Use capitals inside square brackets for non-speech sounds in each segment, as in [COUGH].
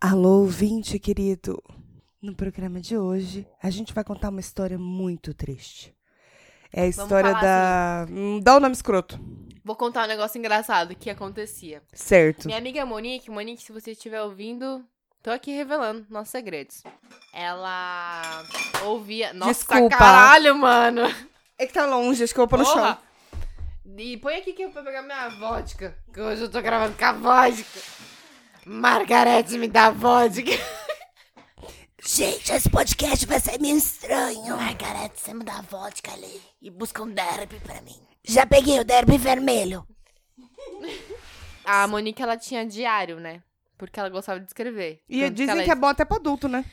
Alô, ouvinte querido! No programa de hoje, a gente vai contar uma história muito triste. É a história da. falar Hum, Dá o nome escroto. Vou contar um negócio engraçado que acontecia. Certo. Minha amiga Monique, Monique, se você estiver ouvindo, tô aqui revelando nossos segredos. Ela ouvia. Nossa, Desculpa. caralho, mano! É que tá longe, acho que eu vou pôr no Porra. chão. E põe aqui que eu vou pegar minha vodka. Que hoje eu tô gravando com a vodka. Margarete, me dá vodka. Gente, esse podcast vai ser meio estranho. Margarete, você me dá vodka ali e busca um derby pra mim. Já peguei o derby vermelho. A Monique, ela tinha diário, né? Porque ela gostava de escrever. E Tanto dizem ela que é bom até pra adulto, né?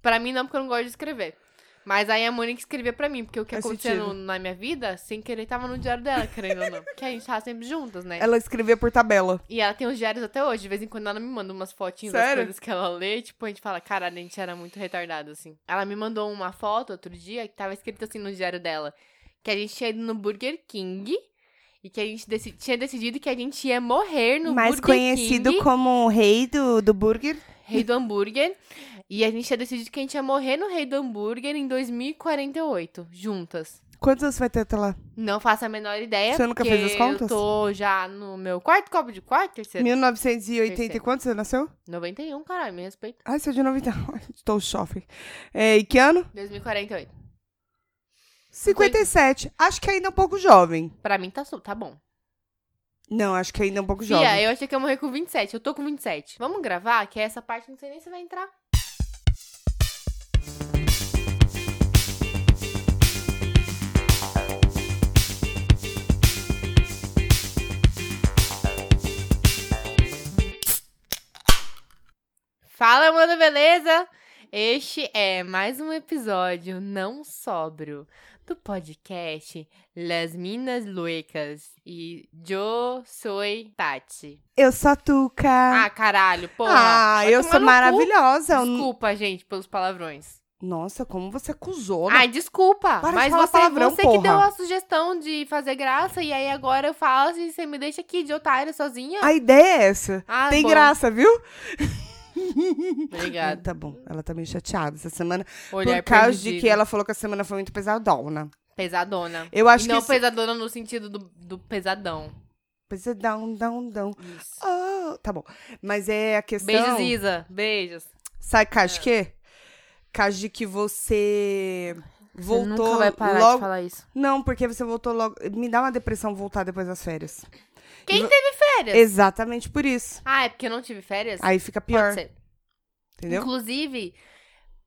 Pra mim, não, porque eu não gosto de escrever. Mas aí a Mônica escrevia pra mim, porque o que Faz acontecia sentido. no- na minha vida, sem querer, tava no diário dela, querendo ou não. Porque a gente tava sempre juntas, né? Ela escrevia por tabela. E ela tem os diários até hoje. De vez em quando ela me manda umas fotinhas das Sério? coisas que ela lê. Tipo, a gente fala, caralho, a gente era muito retardado, assim. Ela me mandou uma foto outro dia que tava escrito assim no diário dela. Que a gente tinha ido no Burger King. E que a gente deci- tinha decidido que a gente ia morrer no Mais Burger conhecido King. como o rei do, do burger. Rei do Hambúrguer. E a gente tinha decidido que a gente ia morrer no Rei do Hambúrguer em 2048, juntas. Quantos anos vai ter até lá? Não faço a menor ideia. Você nunca porque fez as contas? Eu tô já no meu quarto copo de quarto, terceiro. 1980 e Terceiro. quanto você nasceu? 91, caralho, me respeita. Ai, sou de 90. [LAUGHS] Estou chofre. É, e que ano? 2048. 57. Acho que ainda é um pouco jovem. Pra mim tá, su- tá bom. Não, acho que ainda é um pouco jovem. Fia, eu achei que ia morrer com 27. Eu tô com 27. Vamos gravar, que é essa parte não sei nem se vai entrar. Fala, mano, beleza? Este é mais um episódio não sóbrio do podcast Las Minas Luecas. E eu sou Tati. Eu sou a Tuca. Ah, caralho, porra. Ah, Vai eu tomar sou no cu. maravilhosa. Eu- Desculpa, gente, pelos palavrões. Nossa, como você acusou. né? Ai, desculpa. Para de mas falar você, palavrão, você porra. que deu a sugestão de fazer graça e aí agora eu faço e você me deixa aqui de otária sozinha. A ideia é essa. Ah, Tem bom. graça, viu? Obrigada. Tá bom, ela tá meio chateada essa semana. Olhar por causa de perdido. que ela falou que a semana foi muito pesadona. Pesadona. Eu acho e não que. Esse... pesadona no sentido do, do pesadão. Pesadão, dão, dão. Isso. um, Oh, tá bom. Mas é a questão. Beijos, Ah. Isa. Beijos. Sabe, caso de quê? Caso de que você voltou você nunca vai parar logo. de falar isso. Não, porque você voltou logo. Me dá uma depressão voltar depois das férias. Quem Vo- teve férias? Exatamente por isso. Ah, é porque eu não tive férias? Aí fica Pode pior, ser. entendeu? Inclusive,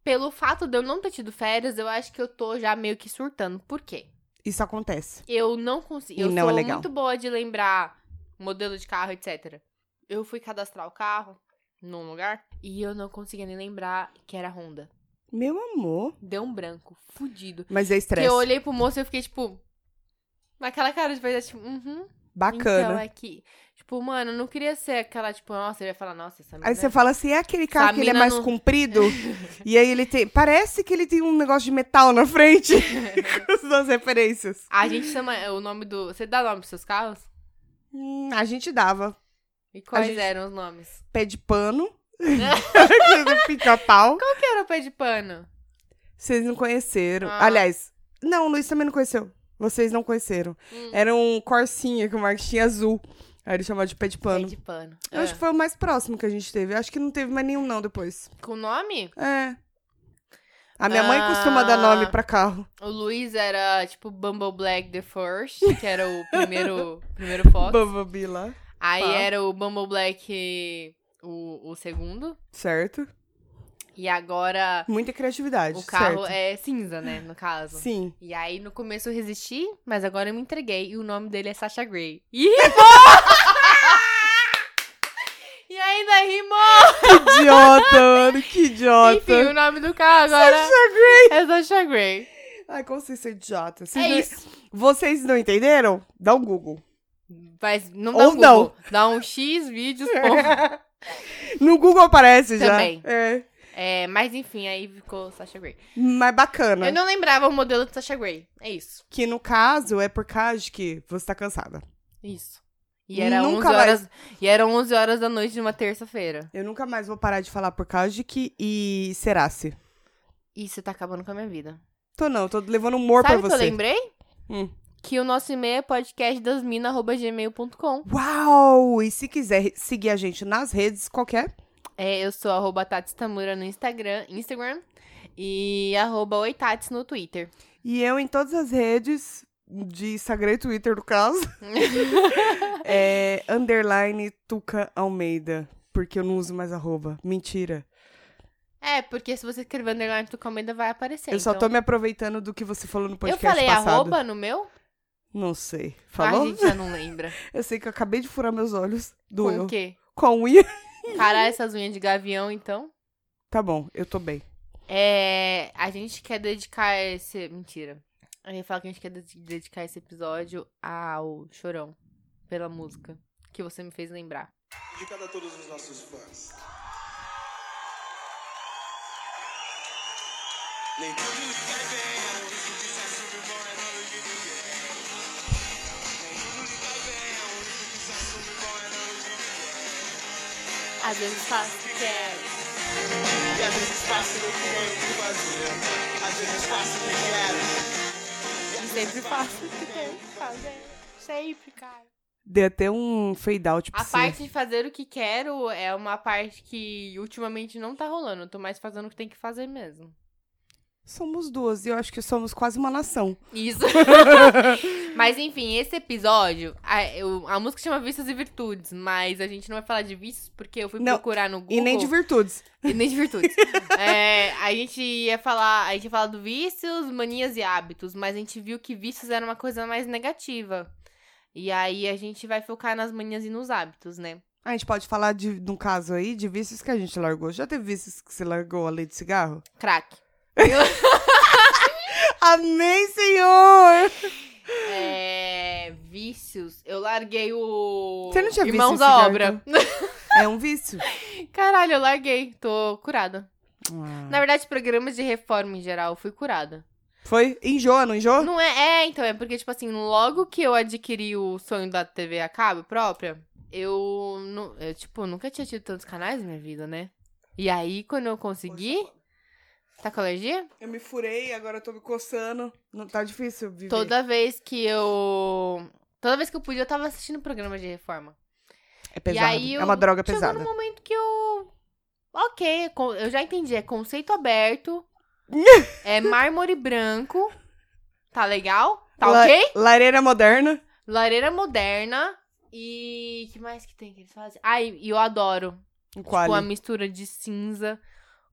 pelo fato de eu não ter tido férias, eu acho que eu tô já meio que surtando. Por quê? Isso acontece. Eu não consigo. E Eu não é sou legal. muito boa de lembrar modelo de carro, etc. Eu fui cadastrar o carro num lugar e eu não conseguia nem lembrar que era Honda. Meu amor. Deu um branco, fudido. Mas é Que estresse. eu olhei pro moço e eu fiquei tipo. Naquela cara de verdade, tipo, uhum. Então Bacana. é que. Tipo, mano, eu não queria ser aquela, tipo, nossa, eu ia falar, nossa, essa Aí menina você fala assim, é aquele carro Essa que ele é mina mais não- comprido? [LAUGHS] e aí ele tem... Parece que ele tem um negócio de metal na frente. [LAUGHS] com as duas referências. A gente chama é, o nome do. Você dá nome pros seus carros? Hum, a gente dava E quais gente- eram os nomes? pé de pano. [LAUGHS] Pica-pau. Qual que era o pé de pano? Vocês não conheceram. Ah. Aliás, não, o Luiz também não conheceu. Vocês não conheceram. Hum. Era um corsinha que o Marcos tinha azul. Aí ele chamava de pé de pano. Pé de pano. Eu acho que foi o mais próximo que a gente teve. Eu acho que não teve mais nenhum, não, depois. É. Com o nome? É. A minha mãe costuma Ah. dar nome pra carro. O Luiz era tipo Bumble Black the First, que era o [LAUGHS] primeiro, primeiro Fox. Bumblebee lá. Aí Tá. era o Bumble Black o, o segundo. Certo? E agora Muita criatividade. o carro certo. é cinza, né? No caso. Sim. E aí no começo eu resisti, mas agora eu me entreguei. E o nome dele é Sasha Grey. [LAUGHS] E rimou! e ainda rimou! Idiota, mano. Que idiota. Enfim, o nome do carro agora. Sasha Grey! É Sasha Grey. Ai, como vocês são idiota. Vocês, É não... isso. vocês não entenderam? Dá um Google. Mas não Ou dá um Google. Dá um X vídeos. [LAUGHS] ponto. No Google aparece já. Também. É. É, mas enfim, aí ficou Sasha Grey. Mas bacana. Eu não lembrava o modelo de Sasha Grey. É isso. Que no caso é por causa de que você tá cansada. Isso. E era, Nunca mais. 11 horas, e era 11 horas da noite de uma terça-feira. Eu nunca mais vou parar de falar por causa de que e será-se. Isso tá acabando com a minha vida. Tô não, tô levando humor Sabe o pra que você. eu lembrei? Hum. Que o nosso e-mail é podcastdasmina.gmail.com. Uau! E se quiser seguir a gente nas redes, qualquer. É, eu sou arroba Tati Tamura no Instagram, Instagram e arroba Oitats no Twitter. E eu em todas as redes, de Instagram e Twitter, no caso. [LAUGHS] é underline Tuca Almeida. Porque eu não uso mais arroba. Mentira. É, porque se você escrever underline do Comenda vai aparecer. eu só tô então. me aproveitando do que você falou no Eu podcast falei passado. arroba no meu? Não sei. Ah, a Falou? gente já [LAUGHS] não lembra. Eu sei que eu acabei de furar meus olhos. Com Doeu. o quê? Com unha. Caralho, essas unhas de gavião, então. [LAUGHS] Tá bom, eu tô bem. É, a gente quer dedicar esse... Mentira. A gente fala que a gente quer ded- dedicar esse episódio ao Chorão. Pela música. Que você me fez lembrar. Dedicado a todos os nossos fãs. Nem todos escrevem, diz que se assume bom é nome de ninguém. Nem todos escrevem, diz que se assume bom é nome de ninguém. Às vezes faço o que quero. E às vezes faço o que tenho que fazer. Às vezes faço o que quero. E sempre faço o que tenho que fazer. Sempre, cara. Dei até um fade out pra A você. parte de fazer o que quero é uma parte que ultimamente não tá rolando. Eu tô mais fazendo o que tem que fazer mesmo. Somos duas e eu acho que somos quase uma nação. [LAUGHS] Isso. mas enfim, esse episódio, a, eu- a música chama Vícios e Virtudes, mas a gente não vai falar de vícios porque eu fui Não, procurar no Google. E nem de virtudes. E nem de [LAUGHS] virtudes. É, a gente ia falar, a gente ia falar do vícios, manias e hábitos, mas a gente viu que vícios era uma coisa mais negativa. E aí a gente vai focar nas manias e nos hábitos, né? A gente pode falar de, de um caso aí de vícios que a gente largou. Já teve vícios que você largou além de cigarro? Crack. [LAUGHS] Amém, senhor! É, vícios. Eu larguei o Você não tinha visto Irmãos esse à cigarro, obra. É um [LAUGHS] vício. Caralho, eu larguei. Tô curada. Ah. Na verdade, programas de reforma em geral, eu fui curada. Foi? Enjoa, não enjoa? Não é, é, então, é porque, tipo assim, logo que eu adquiri o sonho da TV a cabo própria, eu, nu- eu, tipo, nunca tinha tido tantos canais na minha vida, né? E aí, quando eu consegui. Tá com alergia? Eu me furei, agora eu tô me coçando. Não tá difícil viver. Toda vez que eu. Toda vez que eu podia, eu tava assistindo programa de reforma. É pesado. E aí eu- É uma droga Chegou pesada. no momento que eu. Ok, con- eu já entendi. É [LAUGHS] conceito aberto. é mármore branco. Tá legal? Tá La- ok? Lareira moderna. Lareira moderna. E. que mais que tem que eles fazem? Ah, e e eu adoro. Um Tipo, a quali. mistura de cinza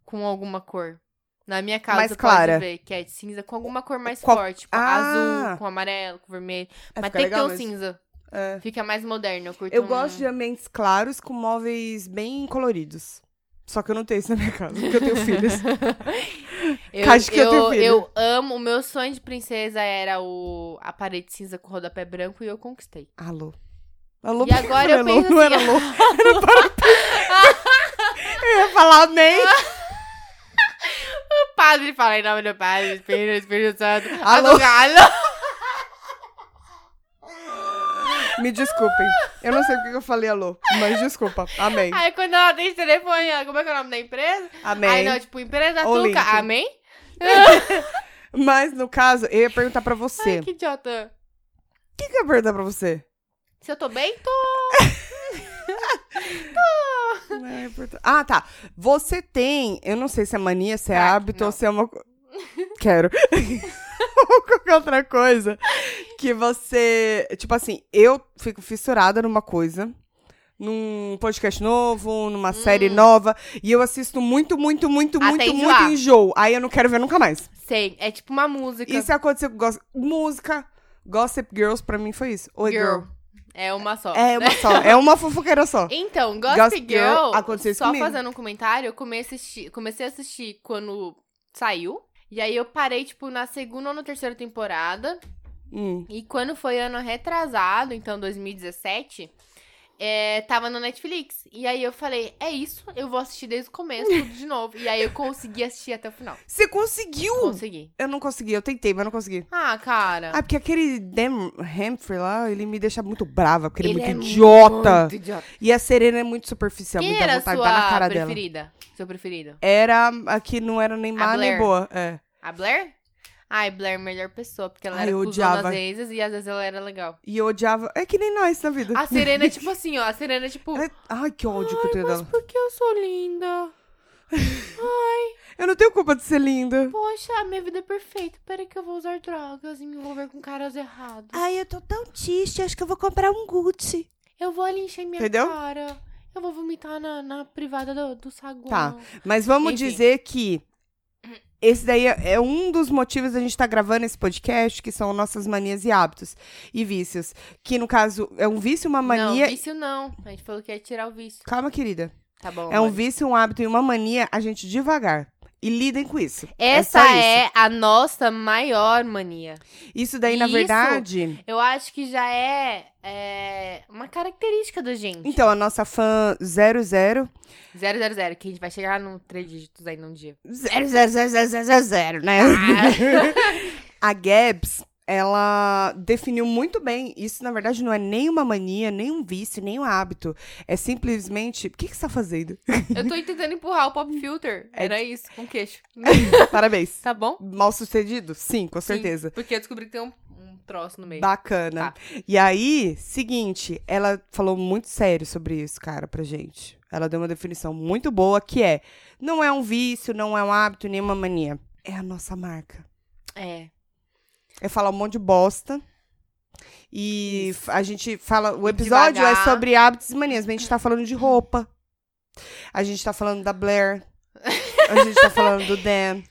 com alguma cor. Na minha casa, Mais você clara. pode ver que é de cinza com alguma cor mais Qual- forte. Tipo, Ah! azul, com amarelo, com vermelho. É, Mas fica tem que ter legal um o mesmo. cinza. É. Fica mais moderno. Eu curto Eu um- gosto [LAUGHS] de ambientes claros com móveis bem coloridos. Só que eu não tenho isso na minha casa, porque eu [LAUGHS] tenho filhos. Eu, Acho que eu tenho filho. eu amo. O meu sonho de princesa era o, a parede cinza com rodapé branco e eu conquistei. Alô. Alô, por E que agora falei eu alô? penso [LAUGHS] Não era assim, alô. Era para- Eu ia falar amém. O padre fala em nome do Padre, Espírito, Espírito Santo. Alô? Alô? Me desculpem. Eu não sei porque eu falei alô, mas desculpa. Amém. Aí quando ela tem esse telefone, ela, como é que é o nome da empresa? Aí Amém. não, tipo, empresa Ô, Tuca, Link. amém? Mas no caso, eu ia perguntar pra Ai, você. O que idiota. que, que eu ia perguntar pra você? Se eu tô bem, tô. Não, eu ia perguntar- Ah, tá. Você tem, eu não sei se é mania, se é Crack, hábito não. ou se é uma. co- Quero. [LAUGHS] ou qualquer outra coisa. Que você. Tipo assim, eu fico fissurada numa coisa. Num podcast novo, numa Hum. série nova. E eu assisto muito, muito, muito, Até muito, enjoar. muito enjoo. Aí eu não quero ver nunca mais. Sei, é tipo uma música. Isso aconteceu com gossip... música. Gossip Girls, pra mim, foi isso. Oi, girl. girl. É uma só. É uma só. É uma fofoqueira [LAUGHS] só. Então, Gossip, Gossip Girl, Girl, aconteceu isso só comigo. fazendo um comentário, eu comecei a, assistir, comecei a assistir quando saiu. E aí eu parei, tipo, na segunda ou na terceira temporada. Hum. E quando foi ano retrasado, então 2017, é, tava na Netflix. E aí eu falei, é isso, eu vou assistir desde o começo, tudo de novo. E aí eu consegui assistir até o final. Você conseguiu! Consegui. Eu não consegui, eu tentei, mas não consegui. Ah, cara. Ah, porque aquele Dan Humphrey lá, ele me deixa muito brava, porque ele, é é muito idiota. muito idiota. E a Serena é muito superficial, Quem me dá era a vontade de dar na sua cara dela. preferida? Seu preferido? Era a que não era nem A má nem Blair. boa. É. A Blair? Ai, Blair, melhor pessoa, porque ela Ai, era eu cuzona odiava. às vezes e às vezes ela era [LAUGHS] legal. E eu odiava. É que nem nós na vida. A Serena é tipo assim, ó. A Serena é tipo. Ela é- Ai, que ódio que eu tenho Mas dela. por que eu sou linda? Eu não tenho culpa de ser linda. Poxa, a minha vida é perfeita. Peraí que eu vou usar drogas e me envolver com caras errados. Ai, eu tô tão triste, acho que eu vou comprar um Gucci. Eu vou ali encher minha Entendeu? cara. Eu vou vomitar na, na privada do, do saguão. Tá. Mas vamos Enfim. dizer que esse daí é é um dos motivos da gente estar gravando esse podcast, que são nossas manias e hábitos e vícios. Que, no caso, é um vício, uma mania. Não, vício não. A gente falou que ia tirar o vício. Calma, querida. Tá bom. É um amor. vício, um hábito e uma mania, a gente devagar. E lidem com isso. Essa é só é, a nossa maior mania. Isso, Isso daí, na Isso. verdade. Eu acho que já é, é, uma característica da gente. Então, a nossa fã 00 Zero, zero, zero. Que a gente vai chegar no três dígitos aí num [LAUGHS] dia. Zero, zero, zero, zero, zero, zero, zero, né? Ah. a Gabs, ela definiu muito bem. Isso, na verdade, não é nem uma mania, nem um vício, nem um hábito. É simplesmente. O que, que você tá fazendo? [LAUGHS] Eu tô tentando empurrar o pop filter. É Era isso, com queixo. Parabéns. Tá bom? Mal sucedido? Sim, com Sim, certeza. porque eu descobri que tem um, um troço no meio. Bacana. Tá. E aí, seguinte, ela falou muito sério sobre isso, cara, pra gente. Ela deu uma definição muito boa que é: não é um vício, não é um hábito, nem uma mania. É a nossa marca. É. É falar um monte de bosta. E f- a gente fala. O E episódio é devagar. sobre hábitos e manias, mas a gente tá falando de roupa. A gente tá falando da [LAUGHS] Blair. A gente tá falando do Dan.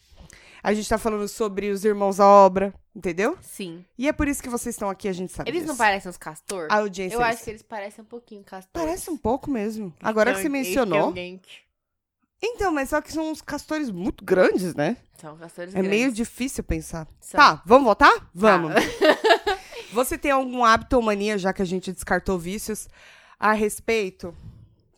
A gente tá falando sobre os irmãos à obra, entendeu? Sim. E é por isso que vocês estão aqui, a gente sabe. Eles disso. não parecem os castor? A audiência. eu é acho isso. que é eles parecem um pouquinho castor. Parece um pouco mesmo. Agora que você mencionou. Então, mas só que são uns castores muito grandes, né? São castores É grandes. meio difícil pensar. São. Ah, Tá, vamos voltar? [LAUGHS] Vamos. Você tem algum hábito ou mania, já que a gente descartou vícios, a respeito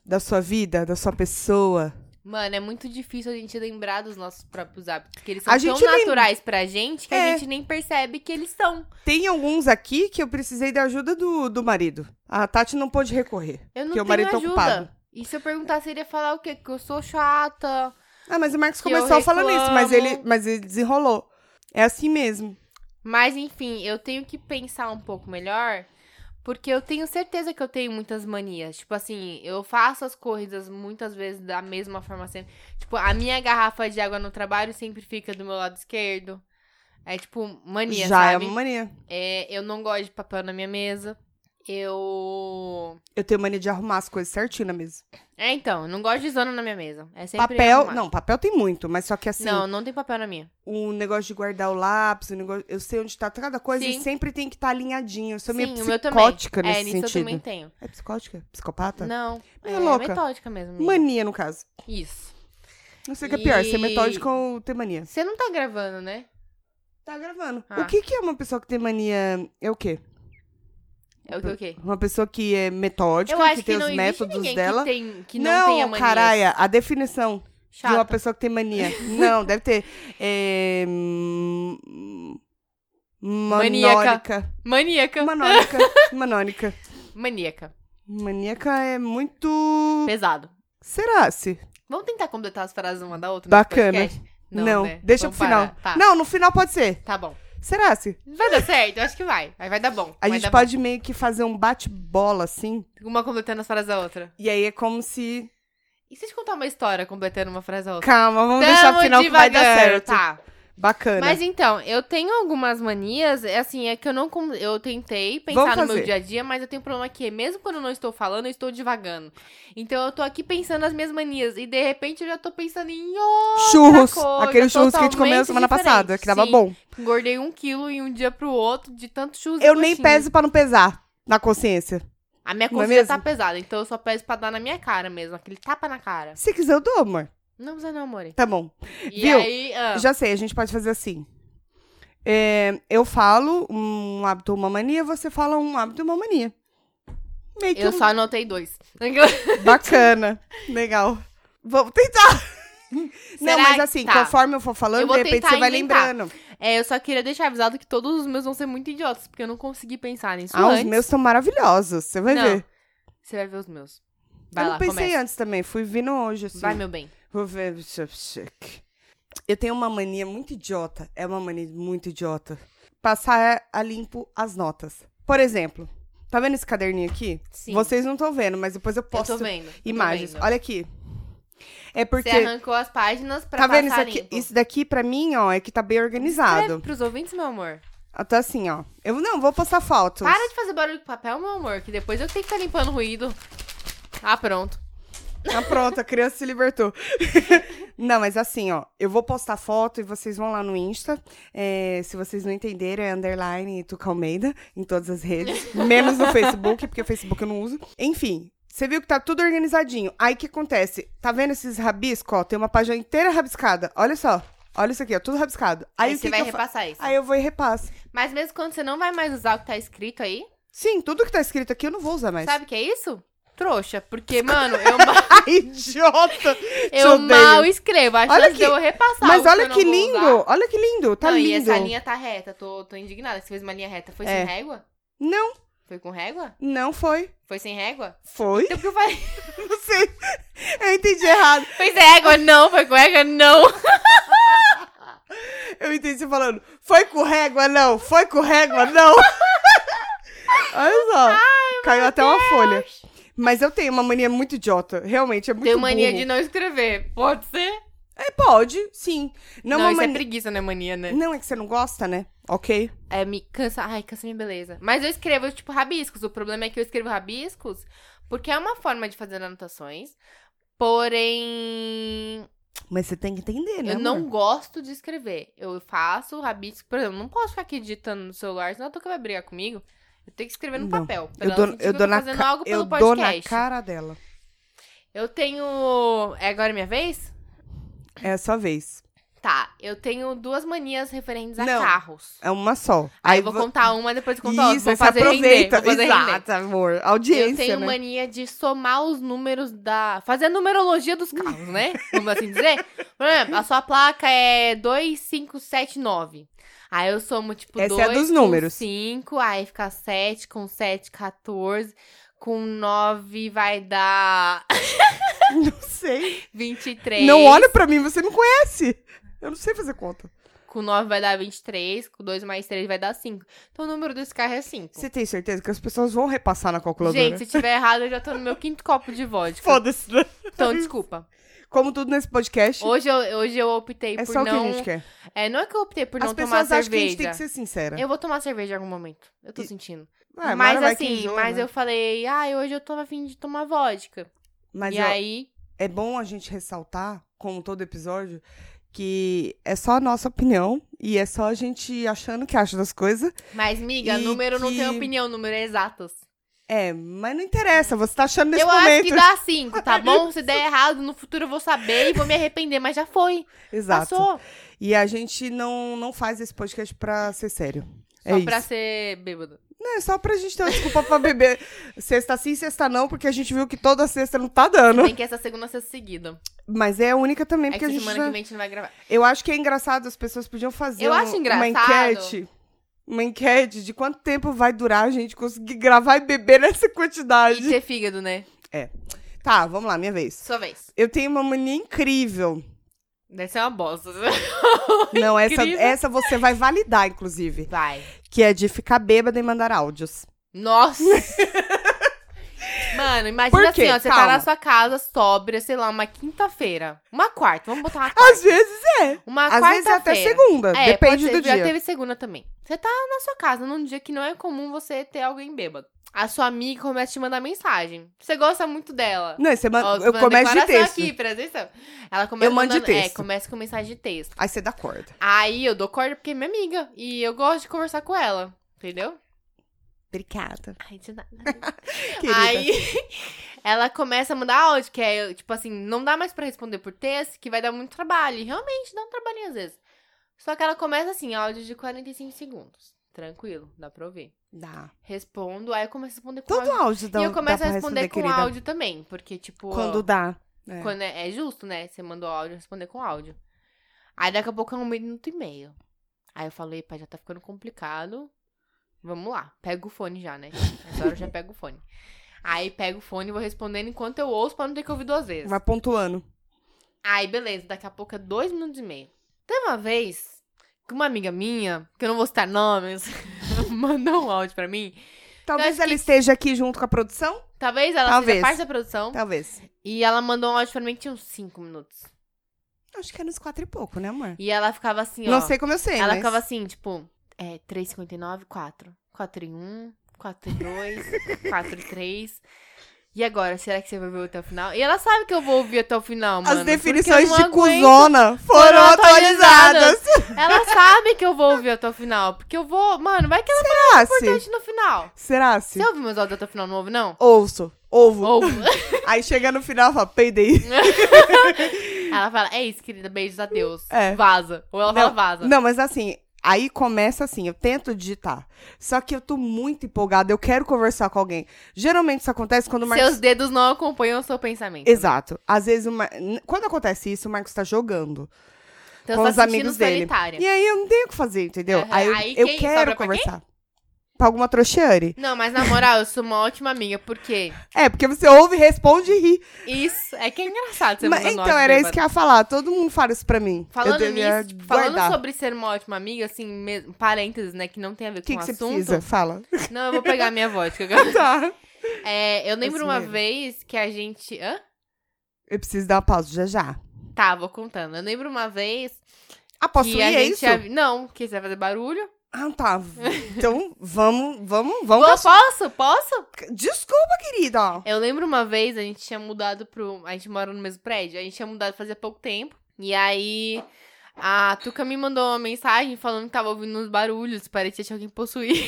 da sua vida, da sua pessoa? Mano, é muito difícil a gente lembrar dos nossos próprios hábitos. Porque eles A são gente tão lem- naturais pra gente que É. a gente nem percebe que eles são. Tem alguns aqui que eu precisei da ajuda do, do marido. A Tati não pôde recorrer. Eu porque não o tenho marido tá ajuda. ocupado. E se eu perguntar, seria falar o quê? Que eu sou chata. Ah, mas o Marcos Que eu começou falando reclamo. isso, mas ele, mas ele desenrolou. É assim mesmo. Mas enfim, eu tenho que pensar um pouco melhor, porque eu tenho certeza que eu tenho muitas manias. Tipo assim, eu faço as corridas muitas vezes da mesma forma sempre. Tipo, a minha garrafa de água no trabalho sempre fica do meu lado esquerdo. É tipo mania, já é sabe? uma mania. É, eu não gosto de papel na minha mesa. Eu. Eu tenho mania de arrumar as coisas certinho na mesa. É, então, eu não gosto de zona na minha mesa. É sempre Papel, arrumado. não, papel tem muito, mas só que assim, Não, não tem papel na minha. o negócio de guardar o lápis, o negócio, eu sei onde tá cada coisa e Sim. sempre tem que estar alinhadinho. Eu sou é meio Sim, o meu também. psicótica é, nesse nisso eu também sentido. tenho. É psicótica? Psicopata? Não, Meio é louca. metódica mesmo. amiga. Mania, no caso. Isso. Não sei o que é pior, ser E- metódico ou ter mania. Você não tá gravando, né? Tá gravando. Ah. O que, que é uma pessoa que tem mania? É o quê? É o que o quê? Uma pessoa que é metódica, Eu acho que, tem não os existe métodos ninguém dela. que, tem, que não, não, tenha mania. caralho, a definição de uma Chata. pessoa que tem mania. não, deve ter. É... hum, Maníaca. Manórica. Maníaca. Manônica. Manônica. Maníaca. Maníaca é muito. Pesado. Será-se? Vamos tentar completar as frases uma da outra? nesse Bacana. podcast? Não, né? deixa Vamos pro final. parar. Tá. Não, no final pode ser. Tá bom. Será-se? Vai dar certo? Eu acho que vai. Aí vai dar bom. A vai gente dar pode meio que fazer um bate-bola assim. bom. Uma completando as frases da outra. E aí é como se. E se eu te contar uma história completando uma frase da outra? Calma, vamos um deixar pro Tamo final que vai dar devagar, certo. Tá. Bacana. Mas então, eu tenho algumas manias, é assim, é que eu não con- eu tentei Vamos pensar no fazer. meu dia a dia, mas eu tenho um problema que mesmo quando eu não estou falando, eu estou divagando. Então eu tô aqui pensando nas minhas manias e de repente eu já tô pensando em outra churros. coisa, Aquele churros que a gente comeu totalmente semana passada, diferente. que tava Sim, bom. Engordei um quilo em um dia pro outro de tanto churros. e Eu nem coxinha. peso pra não pesar na consciência. A minha não é consciência mesmo? tá pesada, então eu só peso pra dar na minha cara mesmo, aquele tapa na cara. Se quiser, eu dou, amor. Não precisa não, amore. Tá bom. E Viu? aí, ah, Já sei, a gente pode fazer assim. É, eu falo um hábito ou uma mania, você fala um hábito ou uma mania. Meio que Eu um- [LAUGHS] só anotei dois. [LAUGHS] Bacana. Legal. Vamos tentar. Não, Será mas que- assim, tá. conforme eu for falando, Eu vou de repente tentar você vai inventar. lembrando. É, eu só queria deixar avisado que todos os meus vão ser muito idiotas, porque eu não consegui pensar nisso Ah, os antes. meus são maravilhosos. Você vai Não. ver. Você vai ver os meus. Vai eu lá, não pensei começa. antes também. Fui vindo hoje, assim. Vai, meu bem. Vou ver. Eu tenho uma mania muito idiota. É uma mania muito idiota. Passar a limpo as notas. Por exemplo, tá vendo esse caderninho aqui? Sim. Vocês não estão vendo, mas depois eu posto Eu tô vendo. eu tô imagens. vendo. Olha aqui. É porque. Você arrancou as páginas pra tá vendo isso passar aqui? limpo. Isso daqui, pra mim, ó, é que tá bem Escreve organizado. pros ouvintes, meu amor. Até assim, ó. Eu não vou postar fotos. Para de fazer barulho com papel, meu amor, que depois eu tenho que ficar limpando o ruído. Ah, pronto. Ah, pronto, a criança se libertou. [LAUGHS] não, mas assim, ó, eu vou postar foto e vocês vão lá no Insta. É, se vocês não entenderem, é underline Tuca Almeida em todas as [LAUGHS] redes, menos no Facebook, porque o Facebook eu não uso. Enfim. Você viu que tá tudo organizadinho. Aí o que acontece? Tá vendo esses rabiscos? Ó, tem uma página inteira rabiscada. Olha só. Olha isso aqui, ó. Tudo rabiscado. Aí, Aí o que você que vai eu fa- repassar isso. Aí eu vou e repasso. Mas mesmo quando você não vai mais usar o que tá escrito aí, Sim, tudo que tá escrito aqui eu não vou usar mais. sabe o que é isso? Trouxa. Porque, mano, [LAUGHS] eu, ma- Ai, idiota! eu odeio. mal escrevo. A Olha chance que- de eu repassar. Mas o que olha eu não que vou lindo! usar- Olha que lindo! Tá não, lindo! e essa linha tá reta. Tô, tô indignada. Você fez uma linha reta. Foi É. sem régua? Não, Foi com régua? não foi. Foi sem régua? Foi? [LAUGHS] Então por que eu falei? [LAUGHS] Não sei. Eu entendi errado. Foi sem régua? Não. Foi com régua? Não. Eu entendi você falando, foi com régua, não. Foi com régua, não. [LAUGHS] Olha só. Caiu até uma folha. Mas eu tenho uma mania muito idiota. Realmente, é muito Tenho mania burro. de não escrever. Pode ser? É, pode, sim. Não, Não, uma isso é mani- preguiça, né, mania, né? Não, é que você não gosta, né? Ok. É, me cansa. Ai, cansa minha beleza. Mas eu escrevo, tipo, rabiscos. O problema é que eu escrevo rabiscos porque é uma forma de fazer anotações. Porém, Mas você tem que entender, né? eu não amor? gosto de escrever. Eu faço rabisco. Por exemplo, não posso ficar aqui digitando no celular, senão a Tuca vai brigar comigo. Eu tenho que escrever no Não. papel. pra Eu ela dou, sentir que eu tô dou na fazendo ca- algo pelo eu dou na podcast. cara dela. Eu tenho. É agora minha vez? É a sua vez. Tá. Eu tenho duas manias referentes a Não. carros. É uma só. Aí eu vou vo- contar uma, depois eu conto outra. Isso, Vou aí você fazer render. aproveita. Vou fazer render. Exato, amor. Audiência, Eu tenho né? mania de somar os números da. Fazer a numerologia dos carros, né? Vamos assim dizer. Por exemplo, a sua placa é 2579. Aí eu somo, tipo, Essa é a 2 dos números. 5, aí fica 7, com 7, 14. Com 9 vai dar [LAUGHS] [LAUGHS] Não sei. 23. Não olha pra mim, você me conhece. Eu não sei fazer conta. Com 9 vai dar 23. Com 2 mais 3 vai dar 5. Então o número desse carro é 5. Você tem certeza que as pessoas vão repassar na calculadora? Gente, se tiver errado, eu já tô no meu quinto copo de vodka. foda-se. né? Então, desculpa. [LAUGHS] Como tudo nesse podcast, Hoje eu, hoje eu optei é por só o que a não gente quer. É, não é que eu optei por As não tomar pessoas acham que a cerveja. gente tem que ser sincera. Eu vou tomar cerveja em algum momento. Eu tô E- sentindo. Ah, Mara mas vai que assim, enjoa, mas né? eu falei, ai, hoje eu tô afim de tomar vodka. Mas e eu- aí, é bom a gente ressaltar, como todo episódio, que é só a nossa opinião e é só a gente achando que acha das coisas. mas miga, E número não tem que- opinião, número é exatas. É, mas não interessa, você tá achando nesse eu acho momento. que dá [LAUGHS] cinco, tá bom? Se der errado, no futuro eu vou saber e vou me arrepender, mas já foi. Exato. Passou. E a gente não, não faz esse podcast pra ser sério. Só é pra isso. ser bêbado. Não, é só pra gente ter uma desculpa pra beber [LAUGHS] sexta sim, sexta não, porque a gente viu que toda sexta não tá dando. Tem que essa segunda ser seguida. Mas é a única também, É que porque a gente. semana já- que vem a gente não vai gravar. Eu acho que é engraçado, as pessoas podiam fazer Eu um- acho uma engraçado. enquete. Uma enquete de quanto tempo vai durar a gente conseguir gravar e beber [LAUGHS] nessa E quantidade. ter fígado, né? Tá, vamos lá, minha vez. Sua vez. Eu tenho uma mania [LAUGHS] incrível. Deve ser [LAUGHS] uma bosta. Não, essa, Incrível. essa você vai validar, inclusive. Vai. Que é de ficar bêbada e mandar áudios. [LAUGHS] Nossa! Mano, Por imagina quê? assim, ó, você tá Calma. na sua casa, sobra, sei lá, uma quinta-feira. Uma quarta, vamos botar uma quarta. Às vezes, Uma às vezes é até quarta-feira. segunda. É, pode depende ser, do já dia. teve segunda também. Você tá na sua casa num dia que não é comum você ter alguém bêbado. A sua amiga começa a te mandar mensagem. Você gosta muito dela. Não, você Ó, manda, tô eu mandando começo de declaração texto. aqui, presta atenção. Ela começa Eu mando de mandando- É, texto. começa com mensagem de texto. Aí você dá corda. Aí eu dou corda porque é minha amiga. E eu gosto de conversar com ela. Entendeu? Obrigada. Ai, de nada. Querida. Aí [LAUGHS] ela começa a mandar áudio, que é, tipo assim, não dá mais pra responder por texto, que vai dar muito trabalho. E realmente dá um trabalhinho às vezes. Só que ela começa assim, áudio de 45 segundos. Tranquilo, dá pra ouvir. Dá. Respondo, aí eu começo a responder com Todo áudio. áudio dá um e eu começo dá a pra responder, com querida. áudio também, porque, tipo. Quando dá. É. Quando é, é justo, né? Você mandou áudio, responder com áudio. Aí daqui a pouco é um minuto e meio. Aí eu falei, pai, já tá ficando complicado. Vamos lá, pega o fone já, né? Nessa hora eu já pego o fone. Aí pego o fone e vou respondendo enquanto eu ouço pra não ter que ouvir duas vezes. Vai pontuando. Aí, beleza, daqui a pouco é dois minutos e meio. Teve uma vez que uma amiga minha, que eu não vou citar nomes, [LAUGHS] mandou um áudio pra mim. Talvez acho ela que- esteja aqui junto com a produção. Talvez ela Talvez. seja parte da produção. Talvez. E ela mandou um áudio pra mim que tinha uns cinco minutos. Acho que é nos quatro e pouco, né, amor? E ela ficava assim, ó. Não sei como eu sei, Ela mas... ficava assim, tipo, é 3,59, 4. 4 em 1, 4 em [LAUGHS] 2, 4 em 3. E agora, será que você vai ouvir até o final? E ela sabe que eu vou ouvir até o final, mano. As porque eu definições não de aguento. cuzona foram, Foram atualizadas. Ela sabe que eu vou ouvir até o final. Porque eu vou. Mano, vai que ela é Será se? importante no final. Será se? Você ouviu meus áudios até o final não ouve, não? Ouço. Ovo. Ou. Aí chega no final e fala, peidei. [LAUGHS] ela fala, é isso, querida, beijos, adeus. É. Vaza. Ou ela fala, vaza. Não, mas assim, aí começa assim, eu tento digitar. Só que eu tô muito empolgada, eu quero conversar com alguém. Geralmente isso acontece quando o Marcos... Seus dedos não acompanham o seu pensamento. Exato. Às vezes, o Mar- n- quando acontece isso, o Marcos tá jogando Então, com você os tá sentindo amigos dele. solitária. E aí eu não tenho o que fazer, entendeu? Aham. Aí eu, Aí eu quem- quero sobra pra conversar. Pra alguma trouxiane. Não, mas na moral, eu sou uma ótima amiga, porque É, porque você ouve, responde e ri. isso é que é engraçado você Mas- mandar um então, áudio era isso bêbado. que eu ia falar. Todo mundo fala isso pra mim. Falando eu devia nisso, tipo, falando guardar. sobre ser uma ótima amiga, assim, me- parênteses, né, que não tem a ver O com que, o que você assunto. precisa? [LAUGHS] Fala. Não, eu vou pegar minha [LAUGHS] vodka agora. Tá. É, eu lembro Assim uma mesmo. vez que a gente. Hã? Eu preciso dar uma pausa já já. Tá, vou contando. Eu lembro uma vez Ah, posso que ir? a É gente. isso? av- Não, que você vai fazer barulho. Ah, tá. Então, vamos, vamos, vamos. Pô, posso? Posso? Desculpa, querida. Eu lembro uma vez, a gente tinha mudado pro. A gente mora no mesmo prédio. A gente tinha mudado fazia pouco tempo. E aí. A Tuca me mandou uma mensagem falando que tava ouvindo uns barulhos, parecia que tinha alguém possuído.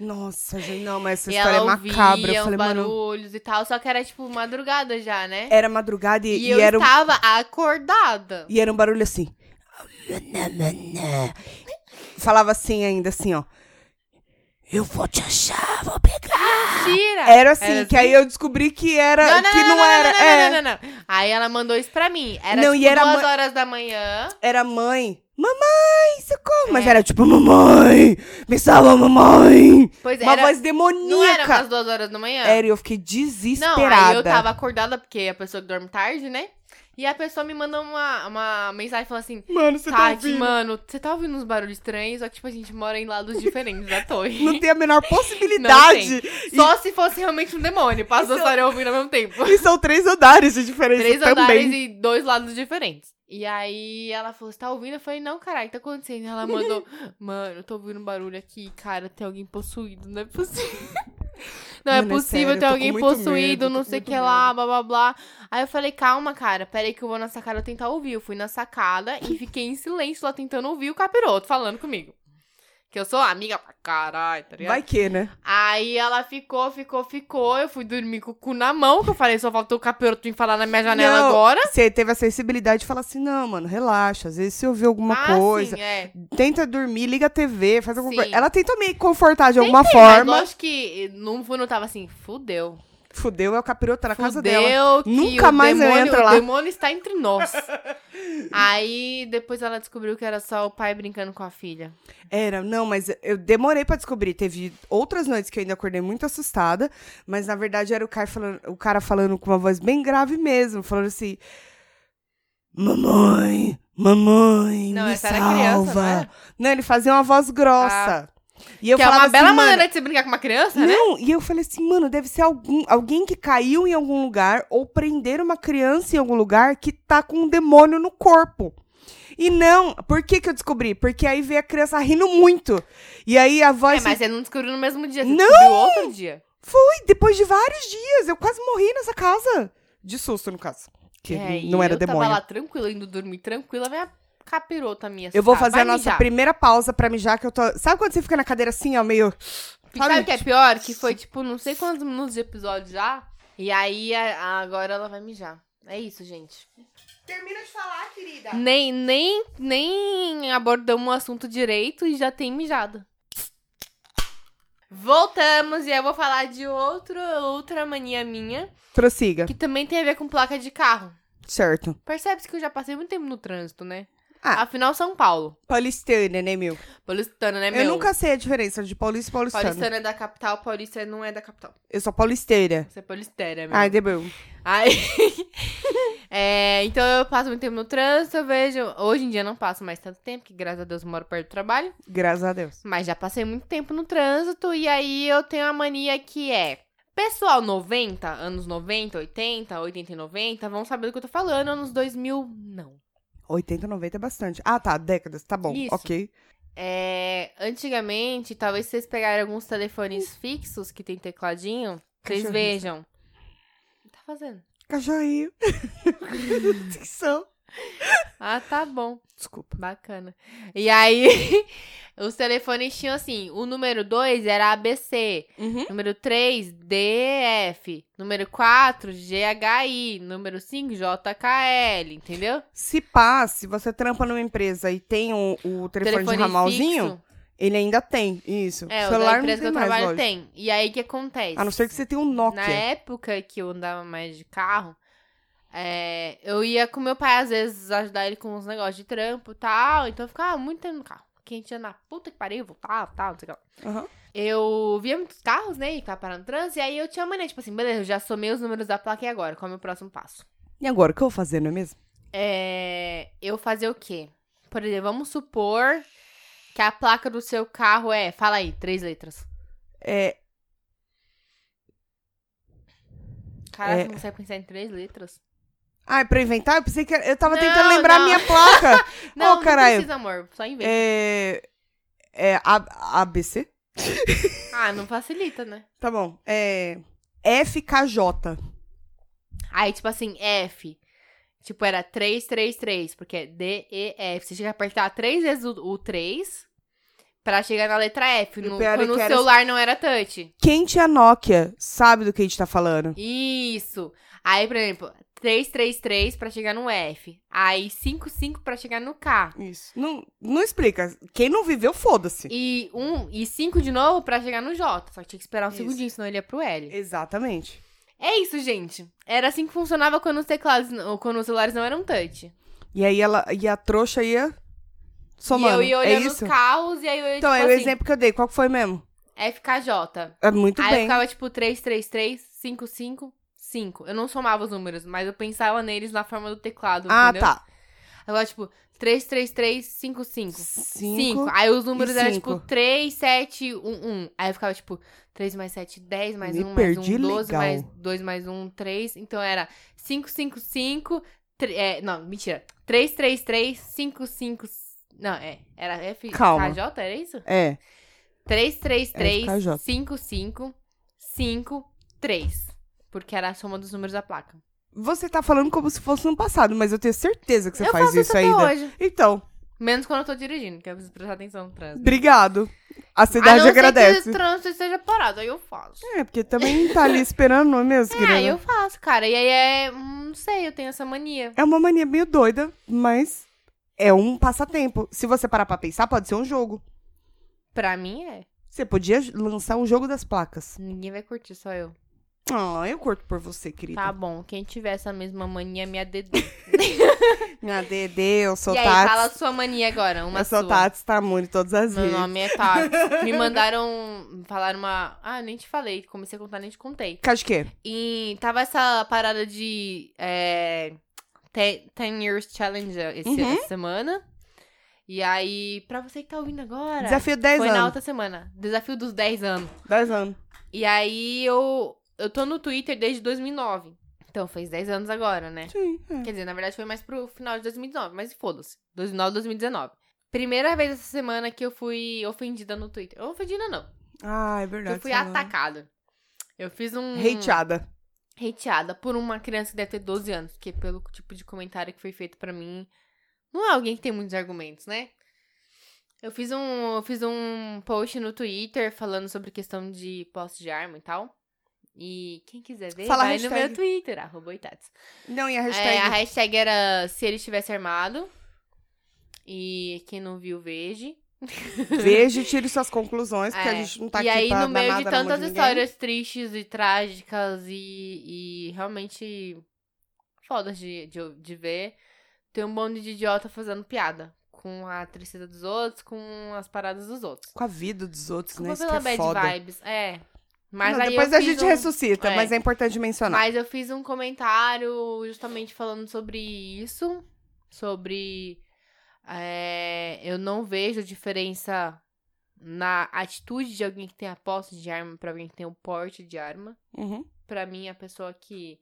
Nossa, gente, não, mas essa [LAUGHS] e história é ela ouvia um macabra. Eu os falei, mano, barulhos e tal, só que era tipo madrugada já, né? era madrugada e, e, e eu era, um, estava acordada. e era um barulho assim. Falava assim ainda, assim, ó. Eu vou te achar, vou pegar. Tira! Era assim, Era que aí eu descobri que era, que não, era. Não, é, não, não, não. Aí ela mandou isso pra mim. Era Não, tipo, e era duas ma- horas da manhã. Era mãe. Mamãe, socorro. Mas É. era tipo, mamãe, me salva, mamãe. Pois Uma era. voz É, não era demoníaca. umas duas horas da manhã? Era, e eu fiquei Não, desesperada. aí eu tava acordada, porque a pessoa que dorme tarde, né? E a pessoa me manda uma, uma mensagem falando assim: Mano, você tá Tati, ouvindo? mano, você tá ouvindo uns barulhos estranhos? Só que, tipo, a gente mora [LAUGHS] em lados diferentes da torre. Não tem a [LAUGHS] menor possibilidade. Só se fosse realmente um demônio, pra as duas estarem ouvindo ao mesmo tempo. E são três andares de diferença Três também. andares e dois lados diferentes. E aí ela falou, você tá ouvindo? Eu falei, não, caralho, o que tá acontecendo? Ela mandou, [LAUGHS] mano, eu tô ouvindo um barulho aqui, cara, tem alguém possuído, não é possível. [LAUGHS] Não Mano, é é sério, eu possível ter tô com alguém muito medo, possuído, eu tô não com sei o muito que lá, blá blá blá. Aí eu falei, calma, cara, peraí que eu vou na sacada tentar ouvir. Eu fui na sacada e fiquei em silêncio lá tentando ouvir o capiroto falando comigo. Que eu sou amiga pra caralho, tá ligado? Vai que, né? Aí ela ficou, ficou, ficou. Eu fui dormir com o cu na mão, que eu falei, só faltou o capiroto vir falar na minha janela Não, agora. Você teve a sensibilidade de falar assim, não, mano, relaxa. Às vezes você ouviu alguma Ah, coisa. Sim, é. Tenta dormir, liga a TV, faz alguma Sim. coisa. Ela tentou me confortar de alguma Tentei, forma. Mas lógico que no fundo eu tava assim, fudeu. Fudeu, é o capiroto tá na casa fudeu dela. que Nunca o mais eu demônio, entro o lá. demônio está entre [LAUGHS] nós. Aí depois ela descobriu que era só o pai brincando com a filha. Era, não, mas eu demorei pra descobrir. Teve outras noites que eu ainda acordei muito assustada, mas na verdade era o cara falando, o cara falando com uma voz bem grave mesmo, falando assim: Mamãe, mamãe, Não, me essa era salva. criança, não era? Não, ele fazia uma voz grossa. E eu que é falava uma bela assim, mano, maneira de você brincar com uma criança, né? não, e eu falei assim, mano, deve ser algum, alguém que caiu em algum lugar ou prender uma criança em algum lugar que tá com um demônio no corpo. E não, por que que eu descobri? Porque aí veio a criança rindo muito. E aí a É, voz. assim, mas você não descobriu no mesmo dia, você Não! descobriu outro dia. Foi, depois de vários dias, eu quase morri nessa casa. De susto, no caso. Que É, e não era eu demônio. tava lá tranquila, indo dormir tranquila, vem a capirota minha. Eu vou assustar. fazer a tá, Vai nossa mijar. primeira pausa pra mijar, que eu tô. Sabe quando você fica na cadeira assim, ó, meio. E sabe o que é pior? Que foi, tipo, não sei quantos minutos de episódio já. E aí, a- a- agora ela vai mijar. É isso, gente. Termina de falar, querida. Nem, nem, nem abordamos o assunto direito e já tem mijado. Voltamos e eu vou falar de outro, outra mania minha, Prossiga. que também tem a ver com placa de carro. Certo. Percebe-se que eu já passei muito tempo no trânsito, né? Ah. Afinal, São Paulo. Paulistana, né, meu? Paulistana, né, meu? Eu nunca sei a diferença de paulista e paulistano. Paulistana é da capital, paulista não é da capital. Eu sou paulisteira. Você é paulistera, meu. Ai, debeu. Aí. [LAUGHS] É, então eu passo muito tempo no trânsito, eu vejo. Hoje em dia eu não passo mais tanto tempo, que graças a Deus eu moro perto do trabalho. Graças a Deus. Mas já passei muito tempo no trânsito e aí eu tenho a mania que é. Pessoal 90, anos 90, 80, 80 e 90, vão saber do que eu tô falando, anos 2000, não. 80, 90 é bastante. Ah, tá. Décadas. Tá bom. Isso. Ok. É, antigamente, talvez vocês pegarem alguns telefones fixos que tem tecladinho, vocês Cachorrinho. vejam. O que tá fazendo? Cachorrinho. [LAUGHS] Atenção. Ah, tá bom. Desculpa. Bacana. E aí, [LAUGHS] os telefones tinham assim: o número 2 era ABC, Uhum. número 3, DF, número 4, GHI, número 5, JKL, entendeu? Se pá, se você trampa numa empresa e tem o, o telefone, de ramalzinho, fixo. ele ainda tem. Isso. É, o o celular não da tem empresa que eu mais, trabalho lógico. tem. Né? E aí, o que acontece? A não ser que você tenha um Na Nokia. época que eu andava mais de carro, é, eu ia com meu pai, às vezes, ajudar ele com uns negócios de trampo e tal. Então eu ficava muito tempo no carro. Quem tinha na puta que pariu, voltava tal, não sei o que. lá. Aham. Eu via muitos carros, né? E tava parando no trânsito. E aí eu tinha uma mania, tipo assim, beleza, eu já somei os números da placa e agora? Qual é o meu próximo passo? E agora, o que eu vou fazer, não é mesmo? É, eu fazer o quê? Por exemplo, vamos supor que a placa do seu carro é. Fala aí, três letras. É, Caraca, É. você não consegue pensar em três letras? Ah, é pra inventar? Eu pensei que era- eu tava Não, tentando lembrar a não. minha [LAUGHS] placa. Não, não caralho. precisa, amor. Só inventa. é. É. A, ABC? Ah, não facilita, né? Tá bom. É. FKJ. Aí, tipo assim, F. Tipo, era 333, porque é D, E, F. Você tinha que apertar três vezes o, o 3 pra chegar na letra F. E o No, pior é quando que o era- celular não era touch. Quem tinha Nokia sabe do que a gente tá falando. Isso. Aí, por exemplo, 333 pra chegar no F. Aí, 55 pra chegar no K. Isso. Não, não explica. Quem não viveu, foda-se. E, um, e 5 de novo pra chegar no J. Só que tinha que esperar um Isso. segundinho, senão ele ia pro L. Exatamente. É isso, gente. Era assim que funcionava quando os teclados, não- quando os celulares não eram touch. E aí ela. E a trouxa ia. E Somando. eu ia é olhando os isso? carros e aí eu ia, Então, tipo é o assim, exemplo que eu dei. Qual que foi mesmo? FKJ. É muito aí eu bem. ficava, tipo, 333, 55, 5. Eu não somava os números, mas eu pensava neles na forma do teclado, Ah, entendeu? tá. Agora, tipo, 333, 55. 5. Cinco. Aí os números eram, cinco. tipo, 3, 7, 1, 1. Aí eu ficava, tipo, 3 mais 7, 10, mais Me 1, mais perdi 1, 12, legal. mais 2, mais 1, 3. Então era 5, 5, 5, tre- é, não, mentira. 3, 3, 3, 5, 5, não, é, era F, Calma. KJ, era isso? É. 3, 3, 3, FKJ. 5, 5, 5, 3. Porque era a soma dos números da placa. Você tá falando como se fosse no passado, mas eu tenho certeza que você eu faz faço isso até ainda. hoje. Então, Menos quando eu tô dirigindo, que eu preciso prestar atenção no trânsito. obrigado. A A cidade não ser agradece. que o trânsito esteja parado, aí eu faço. É, porque também tá ali esperando, não é mesmo, É, querida? eu faço, cara. E aí é. hum, Não sei, eu tenho essa mania. É uma mania meio doida, mas é um passatempo. Se você parar pra pensar, pode ser um jogo. Pra mim é. Você podia lançar um jogo das placas. Ninguém vai curtir, só eu. Ah, eu curto por você, querida. Tá bom, quem tiver essa mesma mania, me adedê. Minha Dedê, eu sou e aí, Tati. fala a sua mania agora, uma eu sou sua. Tati Tamune todas as Meu vezes. nome é [LAUGHS] Tati. Me mandaram falar uma. Ah, nem te falei. Comecei a contar, nem te contei. Caso que? E tava essa parada de é, te- 10 Years Challenge esse- Uhum. essa semana. E aí, pra você que tá ouvindo agora, Desafio 10 foi na anos. outra semana. Desafio dos 10 anos. 10 anos. E aí eu, eu tô no Twitter desde 2009. Então fez 10 anos agora, né? Sim, é. Quer dizer, na verdade foi mais pro final de 2019, mas foda-se. 2009, 2019. Primeira vez essa semana que eu fui ofendida no Twitter. Ofendida não, Ah, é que verdade. eu fui sei lá. atacada. Eu fiz um... Hateada. hateada por uma criança que deve ter 12 anos, porque pelo tipo de comentário que foi feito pra mim, não é alguém que tem muitos argumentos, né? Eu fiz um, eu fiz um post no Twitter falando sobre questão de posse de arma e tal. E quem quiser ver, Fala a vai no hashtag. meu Twitter, arroba Oitatis. Não, e a É, a hashtag? hashtag era se ele estivesse armado. E quem não viu, veja. [LAUGHS] Veja e tire suas conclusões, porque a É. gente não tá e aqui aí, pra no dar meio nada de na mão tantas de ninguém. histórias tristes e trágicas e, e realmente fodas de, de, de ver, tem um bando de idiota fazendo piada com a tristeza dos outros, com as paradas dos outros. Com a vida dos outros, né? Desculpa Isso pela que é bad foda. vibes. É. Mas Não, aí depois eu a fiz gente um- ressuscita, é. mas é importante mencionar. Mas eu fiz um comentário justamente falando sobre isso. Sobre. é, eu não vejo diferença na atitude de alguém que tem a posse de arma pra alguém que tem o porte de arma. Uhum. Pra mim, a pessoa que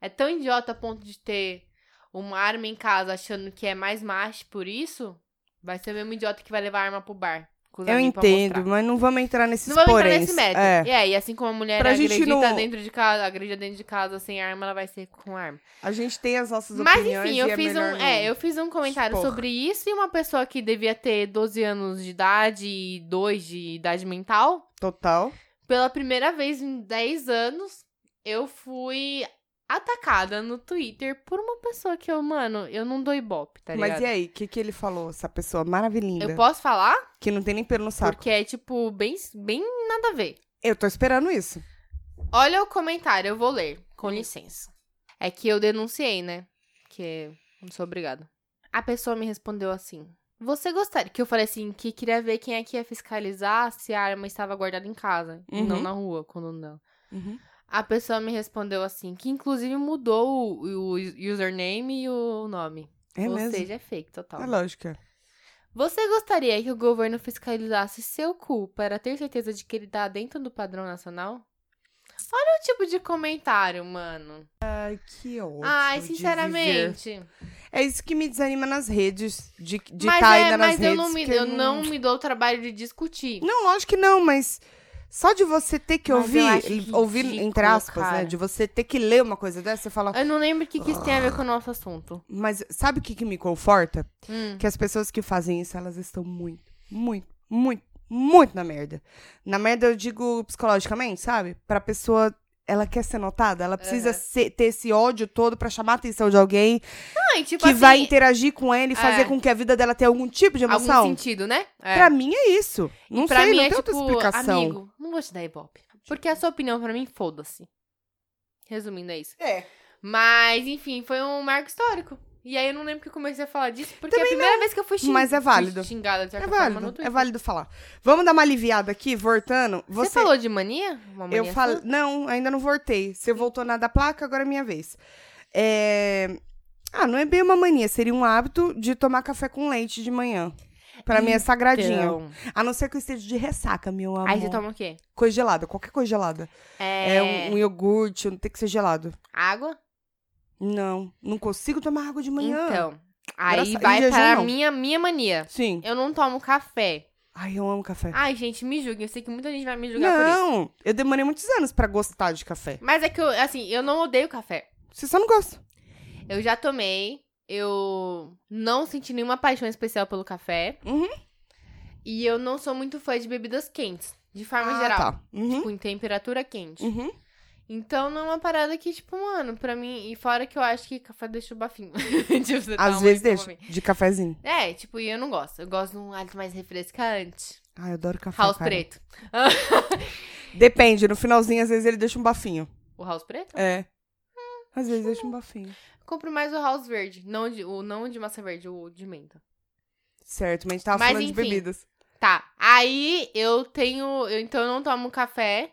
é tão idiota a ponto de ter uma arma em casa achando que é mais macho por isso, vai ser o mesmo idiota que vai levar a arma pro bar. com os Eu amigos pra entendo, mostrar. mas não vamos entrar nesses Não vamos entrar poréns. nesse método. É. É. e assim como a mulher Pra gente agredida não- dentro de casa, agredida dentro de casa sem arma, ela vai ser com arma. A gente tem as nossas Mas opiniões. enfim, e eu é fiz um, melhor não. é, eu fiz um comentário expor. sobre isso e uma pessoa que devia ter 12 anos de idade e 2 de idade mental, Total. pela primeira vez em 10 anos, eu fui atacada no Twitter por uma pessoa que eu, mano, eu não dou ibope, tá ligado? Mas e aí, o que, que ele falou? Essa pessoa maravilhinda. Eu posso falar? Que não tem nem pelo no saco. Porque é tipo bem bem nada a ver. Eu tô esperando isso. Olha o comentário, eu vou ler, com Hum. licença. É que eu denunciei, né? Que não sou obrigada. A pessoa me respondeu assim: Você gostaria? Que eu falei assim: que queria ver quem é que ia fiscalizar se a arma estava guardada em casa, e não Uhum. na rua, quando não. A pessoa me respondeu assim: que inclusive mudou o, o username e o nome. É Ou mesmo. seja, é fake total. É lógico. Você gostaria que o governo fiscalizasse seu cu para ter certeza de que ele tá dentro do padrão nacional? Olha o tipo de comentário, mano. Ai, que ótimo. Ai, de viver. sinceramente. É isso que me desanima nas redes. De estar de mas tá é, ainda nas mas redes. eu, não me, que eu não me dou o trabalho de discutir. Não, lógico que não, mas só de você ter que Mas eu ouvir, acho ridículo, ouvir entre aspas, né? cara. De você ter que ler uma coisa dessa, você fala. Eu não lembro o que, que isso tem a ver com o nosso assunto. Mas sabe o que, que me conforta? Hum. Que as pessoas que fazem isso, elas estão muito, muito, muito, muito na merda. Na merda eu digo psicologicamente, sabe? Pra pessoa. Ela quer ser notada, ela precisa Aham. ser- ter esse ódio todo pra chamar a atenção de alguém Não, e tipo que assim, vai interagir com ele e fazer é. com que a vida dela tenha algum tipo de algum emoção. sentido, né? É. Pra mim é isso. Não pra sei, mim não é tem tipo, outra explicação. amigo, não vou te dar ibope. Porque a sua opinião pra mim, foda-se. Resumindo, é isso. É. Mas, enfim, foi um marco histórico. E aí eu não lembro que eu comecei a falar disso, porque é a primeira vez que eu fui xing- Mas é válido. xingada de certa É forma no válido, é Twitter. válido falar. Vamos dar uma aliviada aqui, voltando. Você, Você, falou de mania? Uma mania Eu falo. Não, ainda não voltei. Você voltou na da placa, agora é minha vez. É... Ah, não é bem uma mania, seria um hábito de tomar café com leite de manhã. Pra mim é sagradinho. Então, A não ser que eu esteja de ressaca, meu amor. aí você toma o quê? Coisa gelada, qualquer coisa gelada. É, É, um, um iogurte, não tem que ser gelado. água? Não, não consigo tomar água de manhã. Então, Engraçado, aí em vai jejum, para a não. minha, minha mania. Sim. Eu não tomo café. Ai, eu amo café. Ai, gente, me julguem. Eu sei que muita gente vai me Ah, julgar por isso. Não, eu demorei muitos anos pra gostar de café. Mas é que eu, assim, eu não odeio café. Você só não gosta. Eu já tomei. Eu não senti nenhuma paixão especial pelo café. Uhum. E eu não sou muito fã de bebidas quentes, de forma Ah, geral. Tá. Uhum. Tipo, em temperatura quente. Uhum. Então não é uma parada que, tipo, mano, pra mim. E fora que eu acho que café deixa o bafinho. [LAUGHS] Tipo, você toma Às e vezes toma deixa, bem. de cafezinho. É, tipo, e eu não gosto. Eu gosto de um hálito mais refrescante. Ai, eu adoro café, House cara. preto. Depende, no finalzinho, às vezes ele deixa um bafinho. O house preto? É. Às vezes deixa um Hum. bafinho. Eu compro mais o house verde. Não de, o não de massa verde, o de menta. Certo, mas a gente tava Mas, falando de enfim. bebidas. Tá. Aí eu tenho. Eu, então eu não tomo café.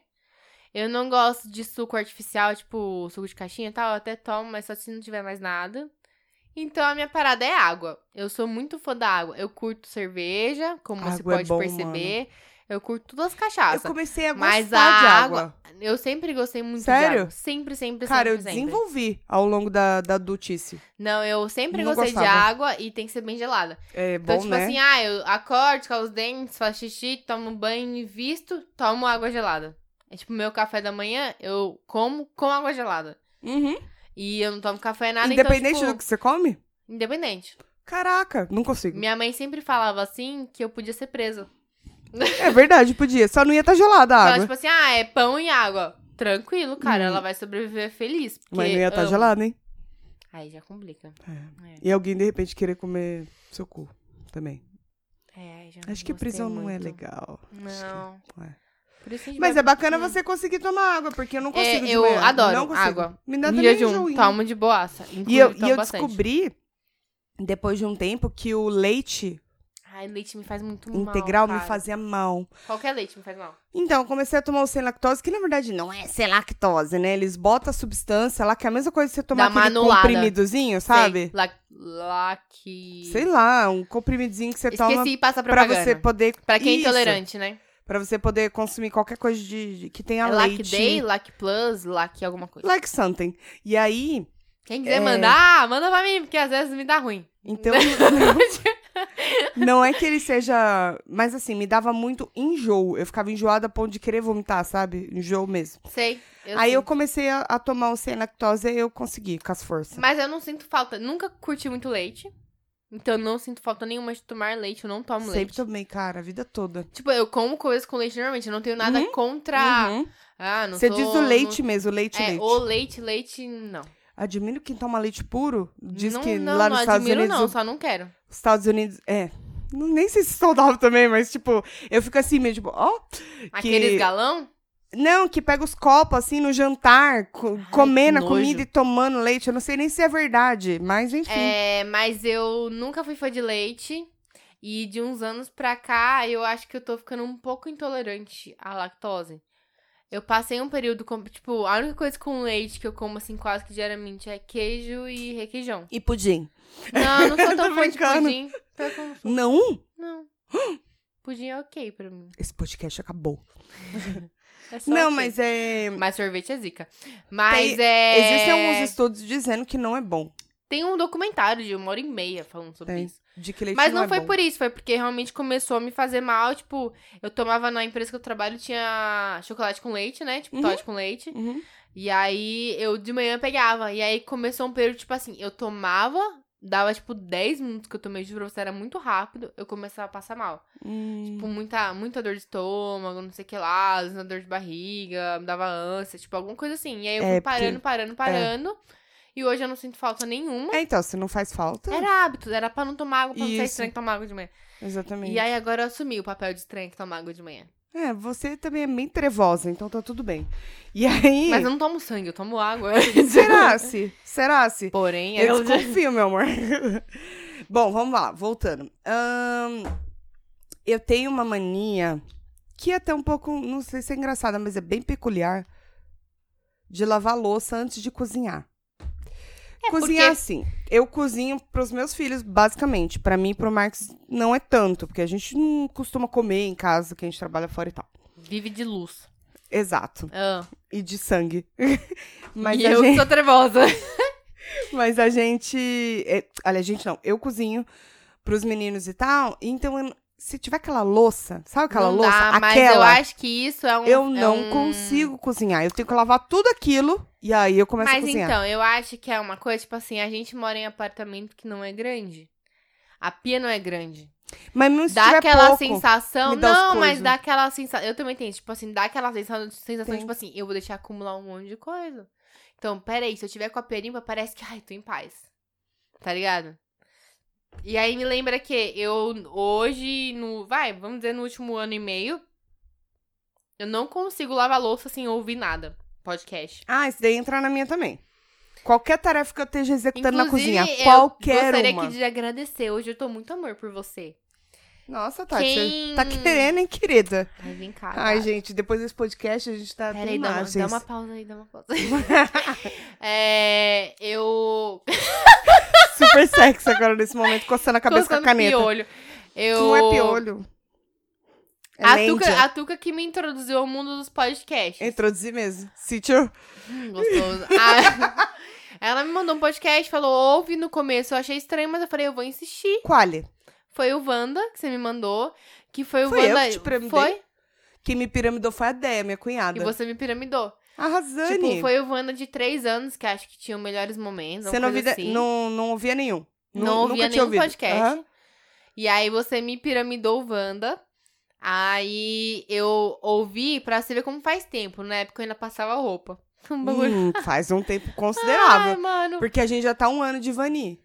Eu não gosto de suco artificial, tipo suco de caixinha e tal. Eu até tomo, mas só se não tiver mais nada. Então a minha parada é água. Eu sou muito fã da água. Eu curto cerveja, como você Água é pode bom, perceber. Eu curto todas as Eu cachaças. Eu, comecei a gostar Mas de a água. sempre gostei muito de Sério? água. Sempre, sempre, Cara, eu sempre, sempre. desenvolvi ao longo da, da adultice. Não, eu sempre Não gostei de gostava. água e tem que ser bem gelada. É Então, bom, tipo né? assim, ah, eu acordo, calo os dentes, faço xixi, tomo banho e visto, tomo água gelada. É tipo, meu café da manhã, eu como com água gelada. Uhum. E eu não tomo café nada, Independente então, tipo, do que você come? Independente. Caraca, não consigo. Minha mãe sempre falava assim que eu podia ser presa. Então, É verdade, podia. Só não ia estar gelada a Ela, água. Uhum. tipo assim, ah, é pão e água. Tranquilo, cara, ela vai sobreviver feliz. Porque Mas não ia estar amo. É. gelada, hein? Aí já complica. E alguém, de repente, querer comer seu cu também. É, aí já Acho que gostei prisão não é muito. legal. Não. Acho que- é. Por isso a gente Mas vai- é bacana Hum. você conseguir tomar água, porque eu não É, consigo de eu manhã. adoro Não consigo. água. Me dá Em também jejum, enjoinho. Um tomo de boaça. E Inclusive, eu, e tomo eu bastante. descobri, depois de um tempo, que o leite Ai, leite me faz muito mal, integral me cara. fazia mal. Qualquer leite me faz mal. Então, eu comecei a tomar o sem lactose, que na verdade não é sem lactose, né? Eles botam a substância lá, que é a mesma coisa que você tomar Dá uma aquele anulada. comprimidozinho, sabe? Sei, lac... Lac... Sei lá, um comprimidozinho que você toma Esqueci e passa a pra propaganda. você poder... Pra quem é Isso, intolerante, né? Pra você poder consumir qualquer coisa de, de- que tenha É leite. Lac Day, Lac Plus, Lac alguma coisa. Like something. E aí, Quem quiser É. mandar, ah, manda pra mim, porque às vezes me dá ruim. [LAUGHS] então... [LAUGHS] não é que ele seja... Mas assim, me dava muito enjoo. Eu ficava enjoada a ponto de querer vomitar, sabe? Enjoo mesmo. Sei. Eu aí eu sinto. comecei a, a tomar o sem lactose e eu consegui, com as forças. Mas eu não sinto falta. Nunca curti muito leite. Então eu não sinto falta nenhuma de tomar leite. Eu não tomo Sempre leite. tomei, cara, a vida toda. Tipo, eu como coisas com leite normalmente. Eu não tenho nada contra. Uhum. Ah, não Você sou- diz o leite mesmo, o leite, não- É, leite. o leite, leite, não. Admiro quem toma leite puro. Diz não, que não, lá não nos Estados admiro, Unidos. não, só não quero. Os Estados Unidos. É. Não- Nem sei se saudável também, mas tipo, eu fico assim meio tipo, ó. Aqueles que... galão? Não, que pega os copos assim no jantar, co- comendo a que comida nojo. e tomando leite. Eu não sei nem se é verdade, mas enfim. É, mas eu nunca fui fã de leite. E de uns anos pra cá, eu acho que eu tô ficando um pouco intolerante à lactose. Eu passei um período com, tipo, a única coisa com leite que eu como, assim, quase que diariamente é queijo e [LAUGHS] requeijão. E pudim. Não, eu não sou Tô tão fã de brincando. pudim. Pior que eu não sou. Não? Não. Pudim é ok pra mim. Esse podcast acabou. É só Não, ok. mas é. Mas sorvete é zica. Mas Tem- é... Existem alguns estudos dizendo que não é bom. Tem um documentário de uma hora e meia falando sobre Tem. isso. De que leite Mas não, é foi bom. por isso, foi porque realmente começou a me fazer mal. Tipo, eu tomava na empresa que eu trabalho, tinha chocolate com leite, né? Tipo, Uhum. Toddy com leite. Uhum. E aí eu de manhã pegava. E aí começou um período, tipo assim, eu tomava, dava tipo 10 minutos que eu tomei, juro pra você, era muito rápido, eu começava a passar mal. Hum. Tipo, muita, muita dor de estômago, não sei o que lá, às vezes uma dor de barriga, me dava ânsia, tipo, alguma coisa assim. E aí eu É, porque- fui parando, parando, parando. E hoje eu não sinto falta nenhuma. É, então, se não faz falta. Era hábito, era pra não tomar água, pra não ser Isso. estranho tomar água de manhã. Exatamente. É. E aí agora eu assumi o papel de estranha que toma água de manhã. É, você também é bem trevosa, então tá tudo bem. E aí. Mas eu não tomo sangue, eu [LAUGHS] tomo água. [LAUGHS] Será-se? Será-se? Porém, é eu, Eu desconfio, meu amor. [LAUGHS] Bom, vamos lá, voltando. Ahn, eu tenho uma mania que é até um pouco, não sei se é engraçada, mas é bem peculiar de lavar louça antes de cozinhar. É cozinhar porque- assim. Eu cozinho pros meus filhos, basicamente. Pra mim e pro Marcos não é tanto, porque a gente não costuma comer em casa, que a gente trabalha fora e tal. vive de luz. Exato. Ah, e de sangue. [LAUGHS] mas, e a eu que gente, sou trevosa. mas a gente. é, Olha, a gente não. Eu cozinho pros meninos e tal. Então, eu não- se tiver aquela louça, sabe aquela não louça? dá, mas eu aquela. acho que isso é um... eu é não um- consigo cozinhar. Eu tenho que lavar tudo aquilo e aí eu começo a Mas cozinhar. então, eu acho que é uma coisa, tipo assim, a gente mora em apartamento que não é grande. A pia não é grande. mas mesmo se dá tiver aquela pouco, sensação. me dá os Não, mas coisa. dá aquela sensação. Eu também tenho, isso, tipo assim, dá aquela sensação, sensação Tem. tipo assim, eu vou deixar acumular um monte de coisa. Então, peraí, se eu tiver com a perimba, parece que, ai, tô em paz. Tá ligado? E aí me lembra que eu hoje, no. Vai, vamos dizer, no último ano e meio, eu não consigo lavar louça sem ouvir nada. Podcast. Ah, isso daí entra na minha também. Qualquer tarefa que eu esteja executando Tá na Inclusive, cozinha, eu qualquer gostaria uma. aqui de agradecer. Hoje eu tô muito amor por você. Nossa, Tati, Quem- você tá querendo, hein, querida? Ai, vem cá. Ai, gata. gente, depois desse podcast a gente tá tendo Peraí, dá uma, imagens. dá uma pausa aí, [LAUGHS] dá uma pausa. é, eu. super sexy agora nesse momento, coçando a cabeça coçando com a caneta. Piolho. Eu... Não é piolho. É a, lente. Tuca, a Tuca que me introduziu ao mundo dos podcasts. Introduzi mesmo. Sentiu? [LAUGHS] Hum, gostoso. Ah, Ela me mandou um podcast, falou, ouve no começo. Eu achei estranho, mas eu falei, eu vou insistir. Quali. Foi o Wanda que você me mandou. Que foi o Foi eu Wanda. que te piramidei? foi? Quem me piramidou foi a Déia, minha E cunhada. você me piramidou. Arrasane. Tipo, foi o Wanda de três anos que acho que tinha os melhores momentos. Você alguma não, coisa vida- assim. não, não ouvia nenhum. Nu- Não nunca ouvia tinha nenhum ouvido. podcast. Aham. E aí você me piramidou, Wanda. Aí eu ouvi pra você ver como faz tempo. Na época eu ainda passava roupa. [LAUGHS] Um Hum, bagulho. [LAUGHS] faz um tempo Ai, Hum, considerável. mano. porque a gente já tá um ano de Vani.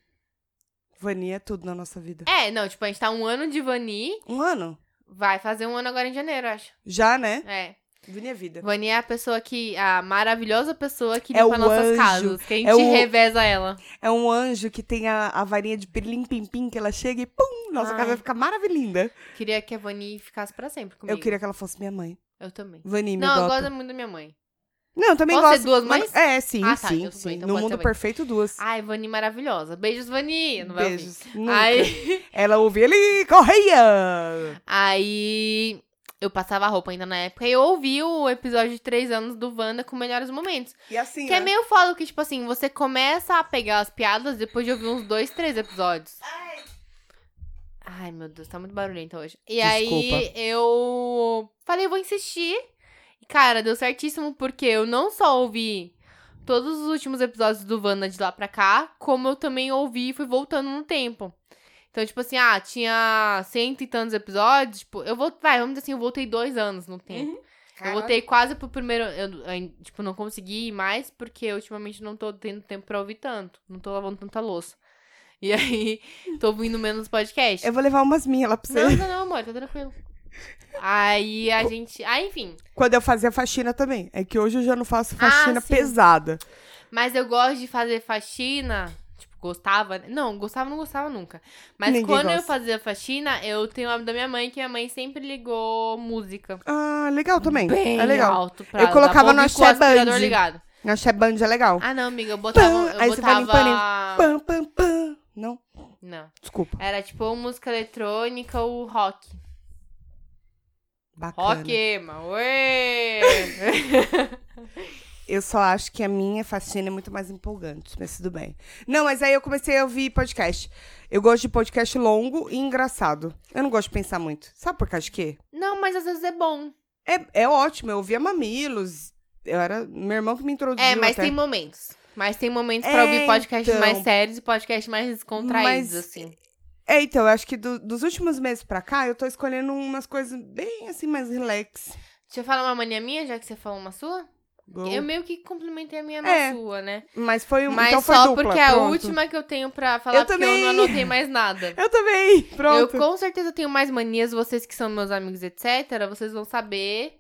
Vani é tudo na nossa vida. É, não, tipo, a gente tá um ano de Vani. Um ano? Vai fazer um ano agora em janeiro, eu acho. Já, né? É. Vani é vida. Vani é a pessoa que. A maravilhosa pessoa que É limpa o nossas anjo, casas. Que a gente é o- reveza ela. É um anjo que tem a, a varinha de pirlim-pim-pim que ela chega e pum! Nossa Ai. casa vai ficar maravilhosa. Queria que a Vani ficasse pra sempre comigo. Eu queria que ela fosse minha mãe. Eu também. Vani, me não, eu adota. gosto muito da minha mãe. Não, eu também Posso ter gosto. duas mas- mães? É, sim, Ah, tá, sim, então tudo sim. bem, então no pode mundo ser mãe. perfeito, duas. Ai, Vani maravilhosa. Beijos, Vani. Não vai ouvir. Beijos. Nunca. Aí, Ela ouvia ele, correia! aí eu passava roupa ainda na época e eu ouvi o episódio de três anos do Wanda com melhores momentos. E assim, Que é meio foda que, tipo assim, você começa a pegar as piadas depois de ouvir uns dois, três episódios. Ai, meu Deus, tá muito barulhento hoje. E aí Desculpa. eu falei, vou insistir. E, cara, deu certíssimo, porque eu não só ouvi todos os últimos episódios do Wanda de lá pra cá, como eu também ouvi e fui voltando no tempo. Então, tipo assim, ah, tinha cento e tantos episódios, tipo, eu voltei, vai, vamos dizer assim, eu voltei dois anos no tempo. Eu voltei quase pro primeiro. Eu, ai, tipo, não consegui ir mais, porque ultimamente não tô tendo tempo pra ouvir tanto. Não tô lavando tanta louça. [LAUGHS] E aí, [LAUGHS] tô ouvindo menos podcast. Eu vou levar umas minhas lá pra você. Não, não, não, amor, tá tranquilo. Aí a gente. Ah, enfim. Quando eu fazia faxina também. É que hoje eu já não faço faxina Ah, sim. pesada. Mas eu gosto de fazer faxina. Tipo, gostava. né? Não, gostava, não gostava nunca. Mas Ninguém quando eu gosta. fazia faxina, eu tenho o hábito da minha mãe, que minha mãe sempre ligou música. Ah, legal também. Bem é legal. alto pra Eu dar colocava pra no ouvir com o Axé aspirador Band. ligado. Na Axé Band é legal. Ah, não, amiga, eu botava. Eu Aí você vai botava... Pam, pam, pam. Não, Não. desculpa. Era tipo ou música eletrônica ou rock. Bacana. Rock, mano. [LAUGHS] Ué! Eu só acho que a minha faxina é muito mais empolgante, mas tudo bem. Não, mas aí eu comecei a ouvir podcast. Eu gosto de podcast longo e engraçado. Eu não gosto de pensar muito. Sabe por causa de quê? Não, mas às vezes é bom. É, é ótimo, eu ouvia mamilos. Eu era meu irmão que me introduziu. É, mas até. tem momentos. Mas tem momentos pra É, ouvir podcasts então. mais sérios e podcasts mais descontraídos, Mas- assim. É, então, eu acho que do- dos últimos meses pra cá, eu tô escolhendo umas coisas bem assim, mais relax. Deixa eu falar uma mania minha, já que você falou uma sua? Eu meio que complementei a minha na Hum. É. sua, né? Mas foi um. mas então foi só dupla, porque é a pronto. última que eu tenho pra falar, Eu porque eu também. não anotei mais nada. Eu também. Pronto. Eu com certeza tenho mais manias, vocês que são meus amigos, etc. Vocês vão saber.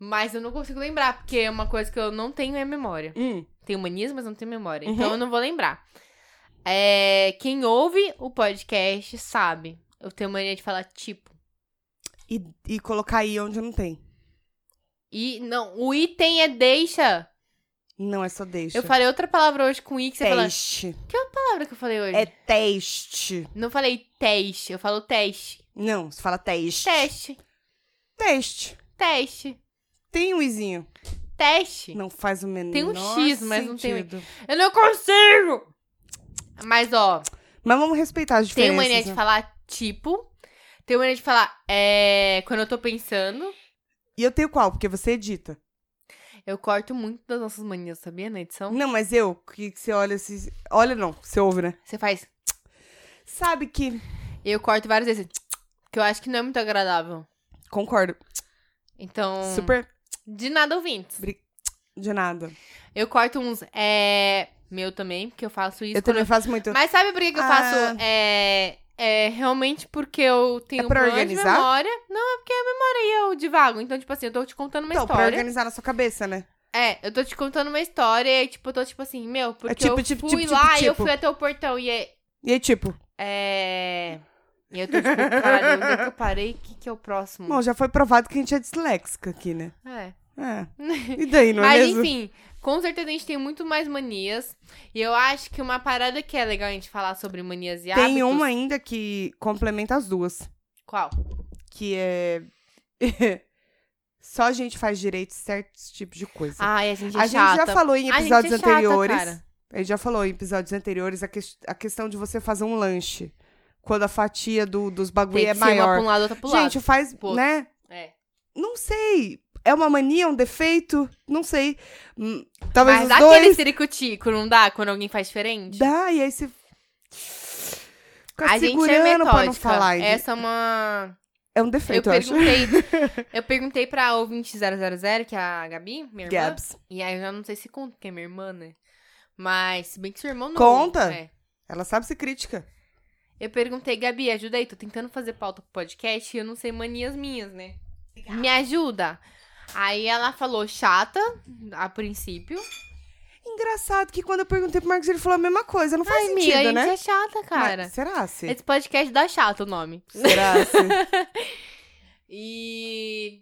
Mas eu não consigo lembrar, porque é uma coisa que eu não tenho é memória. Hum, Tenho manias, mas não tenho memória. Uhum. Então eu não vou lembrar. É, quem ouve o podcast sabe. Eu tenho mania de falar tipo. e, e colocar aí onde não tem. E não, o item é deixa. Não é só deixa. Eu falei outra palavra hoje com i que você falou. Que teste. palavra que eu falei hoje? É teste. Não falei teste, eu falo teste. Não, você fala teste. Teste, Teste. teste, Tem um izinho. teste. Não faz o menor Tem um X, mas não tem o i. sentido. Eu não consigo! Mas, ó, Mas vamos respeitar as tem diferenças. mania de né? falar tipo. Tem mania de falar é, quando eu tô pensando. E eu tenho qual? Porque você edita. Eu corto muito das nossas manias, sabia? Na edição. Não, mas eu, que que você olha se. Olha não, você ouve, né? Você faz. Sabe que. Eu corto várias vezes. Que eu acho que não é muito agradável. Concordo. Então, Super. de nada ouvintes. De nada. Eu corto uns é, meu também, porque eu faço isso. Eu quando também faço muito. Mas sabe por que, que eu Ah. faço? É, é realmente porque eu tenho É um pra problema organizar? de memória. Não, é porque a memória e eu divago. Então, tipo assim, eu tô te contando uma então, pra história. organizar na sua cabeça, né? É, eu tô te contando uma história e, tipo, eu tô tipo assim, meu, porque tipo, eu tipo, fui tipo, lá tipo, e eu tipo. fui até o portão e é... E aí, tipo, é... E eu tô tipo, caralho, onde é que eu parei? O que, que é o próximo? bom, já foi provado que a gente é disléxica aqui, né? É. É. [LAUGHS] E daí, não é Mas, mesmo? enfim, com certeza a gente tem muito mais manias. E eu acho que uma parada que é legal a gente falar sobre manias e hábitos... Tem uma ainda que complementa as duas. Qual? Que é. [LAUGHS] Só a gente faz direito certos tipos de coisa. Ai, a gente é a gente já chata. falou em A gente é episódios chata, anteriores. cara. A gente já falou em episódios anteriores a, ques- a questão de você fazer um lanche. Quando a fatia do- dos bagulho Tem é que ser uma maior. pra um lado, outra pro Gente, faz, Pô. né? lado. É. Não sei. É uma mania, um defeito? Não sei. Hum, Talvez Mas os dá aquele dois. ciricutico, não dá? Quando alguém faz diferente? Dá, e aí você. Fica a gente é segurando pra não metódica. falar. Essa é uma... É um Eu defeito, eu, acho. perguntei, [LAUGHS] eu perguntei pra ouvinte 000, que é a Gabi, minha irmã. Gabs. E aí eu já não sei se conta, porque é minha irmã, né? Mas, se bem que seu irmão não... Conta. É. Ela sabe ser crítica. Eu perguntei, Gabi, ajuda aí, tô tentando fazer pauta pro podcast e eu não sei manias minhas, né? Me ajuda. Aí ela falou chata, a princípio. Engraçado que quando eu perguntei pro Marcos, ele falou a mesma coisa. Não faz Ai, amiga, a sentido, gente né? é chata, cara. É Mas será se? Esse podcast dá chato o nome. Será se? E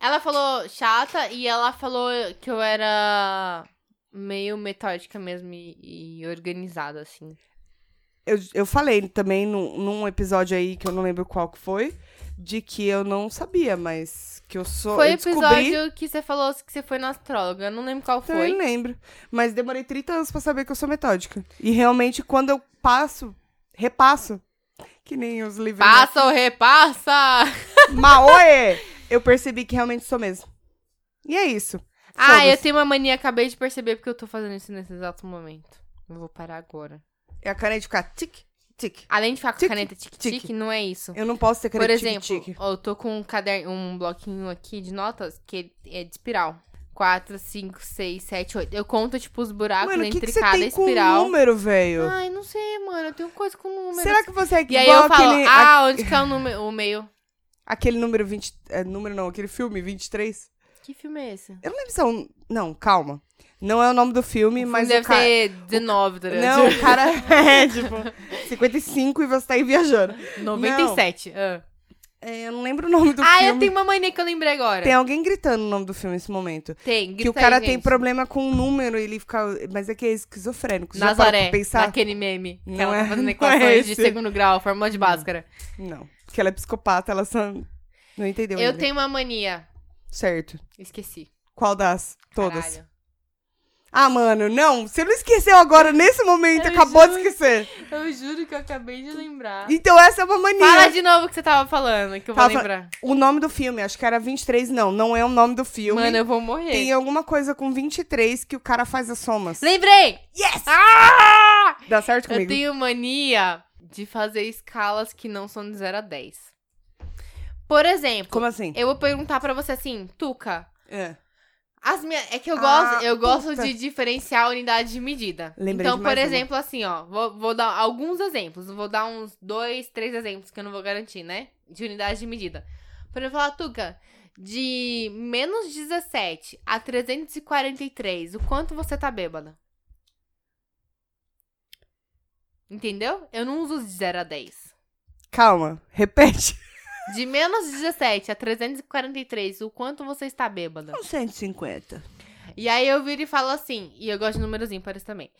ela falou chata e ela falou que eu era meio metódica mesmo e, e organizada, assim. eu, eu falei também num, num episódio aí, que eu não lembro qual que foi, de que eu não sabia, mas que eu sou... foi o eu descobri... episódio que você falou que você foi na astróloga. Eu não lembro qual Então, Eu foi. nem lembro. Mas demorei 30 anos pra saber que eu sou metódica. E realmente, quando eu passo, repasso, que nem os livros. Passa ou repassa! Maoê! Eu percebi que realmente sou mesmo. E é isso. Ah, eu Foda-se. tenho uma mania, acabei de perceber porque eu tô fazendo isso nesse exato momento. Eu vou parar agora. É a caneta ficar tic, tic. Além de ficar com Tic, a caneta tic. tic-tic, não é isso. Eu não posso ter Por caneta exemplo, tic, tic. eu tô com um caderno, um bloquinho aqui de notas que é de espiral. 4, 5, 6, 7, 8. Eu conto, tipo, os buracos Mano, o que, entre que você cada tem com o espiral. número, velho? Ai, não sei, mano. Eu tenho coisa com números. Será que você é assim. E aí igual eu falo, aquele, a- ah, onde que é o número? [LAUGHS] O meio. aquele número 20... é, número não, aquele filme 23? Que filme é esse? Eu não lembro se é um... Não, calma. Não é o nome do filme, mas Deve o cara... ser 19, tá ligado? [LAUGHS] Não, o cara é, tipo, 55 e você tá aí viajando. 97. Ah, É, eu não lembro o nome do Ah, filme. eu tenho uma mania que eu lembrei agora. Tem alguém gritando o nome do filme nesse momento. Tem, grita que o cara aí, tem gente. problema com o número e ele fica... Mas é que é esquizofrênico. Você já parou Nazaré, pra pensar? naquele meme. Que Não ela é- tá fazendo não é equações de esse. Hum, segundo grau, fórmula de Bhaskara. Não. Porque ela é psicopata, ela só... Não entendeu Eu ainda. tenho uma mania. Certo. Esqueci. Qual das? Todas. Caralho. Ah, mano, não. Você não esqueceu agora, nesse momento. Eu acabou de juro. esquecer. Eu juro que eu acabei de lembrar. Então essa é uma mania. Fala de novo o que você tava falando, que eu vou Tava- lembrar. O nome do filme, acho que era 23. Não, não é o nome do filme. Mano, eu vou morrer. Tem alguma coisa com 23 que o cara faz as somas. Lembrei! Yes! Ah! Dá certo Eu comigo? tenho mania de fazer escalas que não são de 0 a 10. Por exemplo, Como assim? eu vou perguntar pra você assim, Tuca, É. As minhas, é que eu Ah, gosto, eu gosto puta. de diferenciar a unidade de medida. Lembrei então, de por mais uma. exemplo, assim, ó, vou, vou dar alguns exemplos, vou dar uns dois, três exemplos que eu não vou garantir, né? De unidade de medida. Por exemplo, falar, Tuca, de menos 17 a 343, o quanto você tá bêbada? Entendeu? Eu não uso de 0 a 10. Calma, repete. De menos 17 a 343, o quanto você está bêbada? 150. E aí eu viro e falo assim, e eu gosto de números ímpares também.